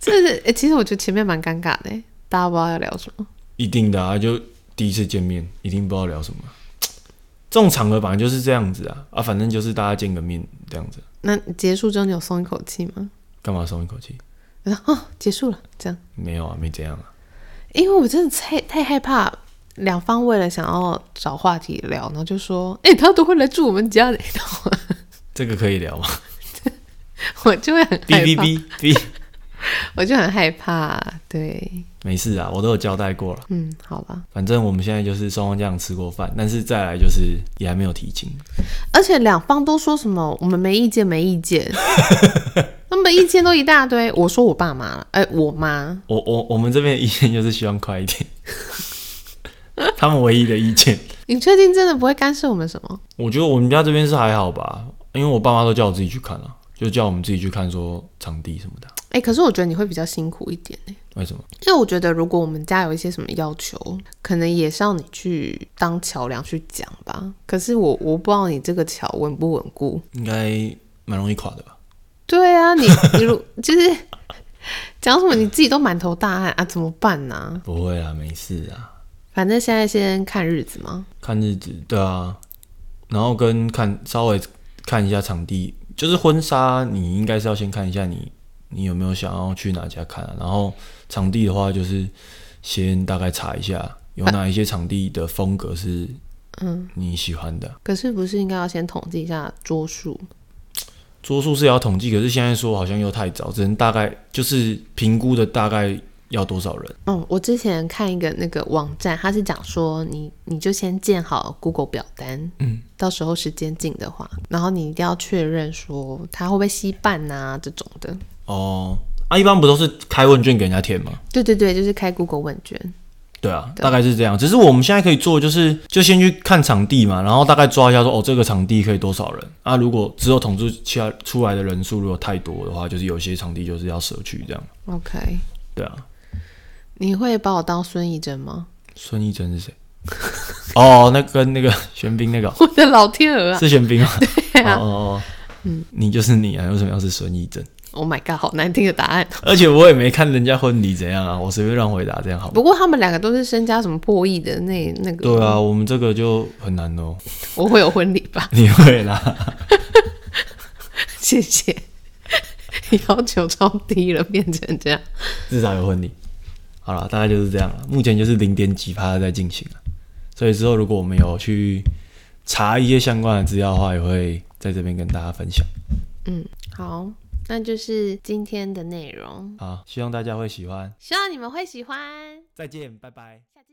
[SPEAKER 2] 这是、诶其实我觉得前面蛮尴尬的诶，大家不知道要聊什么。
[SPEAKER 1] 一定的啊，就第一次见面，一定不知道聊什么。这种场合本来就是这样子啊，啊，反正就是大家见个面这样子，
[SPEAKER 2] 那结束之后你有松一口气吗？
[SPEAKER 1] 干嘛松一口气？
[SPEAKER 2] 然后、哦、结束了，这样，
[SPEAKER 1] 没有啊，没这样啊。
[SPEAKER 2] 因为我真的太太害怕两方为了想要找话题聊，然后就说，哎、他都会来住我们家的，然后
[SPEAKER 1] 这个可以聊吗？
[SPEAKER 2] 我我就会很
[SPEAKER 1] 哔
[SPEAKER 2] 害
[SPEAKER 1] 哔
[SPEAKER 2] 怕，
[SPEAKER 1] 哔哔，
[SPEAKER 2] 我就很害怕，对，
[SPEAKER 1] 没事啊，我都有交代过了。
[SPEAKER 2] 嗯，好吧。
[SPEAKER 1] 反正我们现在就是双方家长吃过饭，但是再来就是也还没有提亲，
[SPEAKER 2] 而且两方都说什么我们没意见，没意 见，他们意见都一大堆。我说我爸妈了，哎、我妈，
[SPEAKER 1] 我我我们这边的意见就是希望快一点， 他们唯一的意见。
[SPEAKER 2] 你确定真的不会干涉我们什么？
[SPEAKER 1] 我觉得我们家这边是还好吧，因为我爸妈都叫我自己去看啊，就叫我们自己去看说场地什么的。
[SPEAKER 2] 哎、可是我觉得你会比较辛苦一点哎、
[SPEAKER 1] 为什么？
[SPEAKER 2] 因为我觉得如果我们家有一些什么要求，可能也是要你去当桥梁去讲吧。可是我我不知道你这个桥稳不稳固。
[SPEAKER 1] 应该蛮容易垮的吧？
[SPEAKER 2] 对啊，你你 如就是讲什么你自己都满头大汗啊，怎么办呢、
[SPEAKER 1] 不会啦，没事啊，
[SPEAKER 2] 反正现在先看日子嘛。
[SPEAKER 1] 看日子，对啊，然后跟看稍微看一下场地，就是婚纱，你应该是要先看一下你你有没有想要去哪家看、啊，然后场地的话就是先大概查一下有哪一些场地的风格是
[SPEAKER 2] 嗯
[SPEAKER 1] 你喜欢的，
[SPEAKER 2] 可是不是应该要先统计一下桌数？
[SPEAKER 1] 桌数是要统计，可是现在说好像又太早，只能大概就是评估的大概要多少人，
[SPEAKER 2] 嗯，我之前看一个那个网站，它是讲说你你就先建好 Google 表单，
[SPEAKER 1] 嗯，
[SPEAKER 2] 到时候时间近的话，然后你一定要确认说它会不会稀办啊这种的。
[SPEAKER 1] 哦，啊，一般不都是开问卷给人家填吗？
[SPEAKER 2] 对对对，就是开 Google 问卷。
[SPEAKER 1] 对啊，大概是这样。只是我们现在可以做，就是就先去看场地嘛，然后大概抓一下说，哦，这个场地可以多少人啊？如果之后统计其他出来的人数如果太多的话，就是有些场地就是要舍去这样。
[SPEAKER 2] OK，
[SPEAKER 1] 对啊，
[SPEAKER 2] 你会把我当孙艺珍吗？
[SPEAKER 1] 孙艺珍是谁？哦，那跟那个玄彬那个哦
[SPEAKER 2] 我的老天鹅啊
[SPEAKER 1] 是玄彬吗？
[SPEAKER 2] 对啊
[SPEAKER 1] 哦哦哦，嗯，你就是你啊，为什么要是孙艺珍？
[SPEAKER 2] ！Oh my god，好难听的答案。哦
[SPEAKER 1] 而且我也没看人家婚礼怎样啊，我随便乱回答这样好吗？
[SPEAKER 2] 不过他们两个都是身家什么破亿的那那个，
[SPEAKER 1] 对啊，我们这个就很难哦。
[SPEAKER 2] 我会有婚礼吧？
[SPEAKER 1] 你会啦，
[SPEAKER 2] 谢谢，要求超低了，变成这样。
[SPEAKER 1] 至少有婚礼。好了，大概就是这样了。目前就是零点几趴在进行了，所以之后如果我们有去查一些相关的资料的话，也会在这边跟大家分享。
[SPEAKER 2] 嗯，好，那就是今天的内容，
[SPEAKER 1] 好，希望大家会喜欢。
[SPEAKER 2] 希望你们会喜欢。
[SPEAKER 1] 再见，拜拜。
[SPEAKER 2] 下次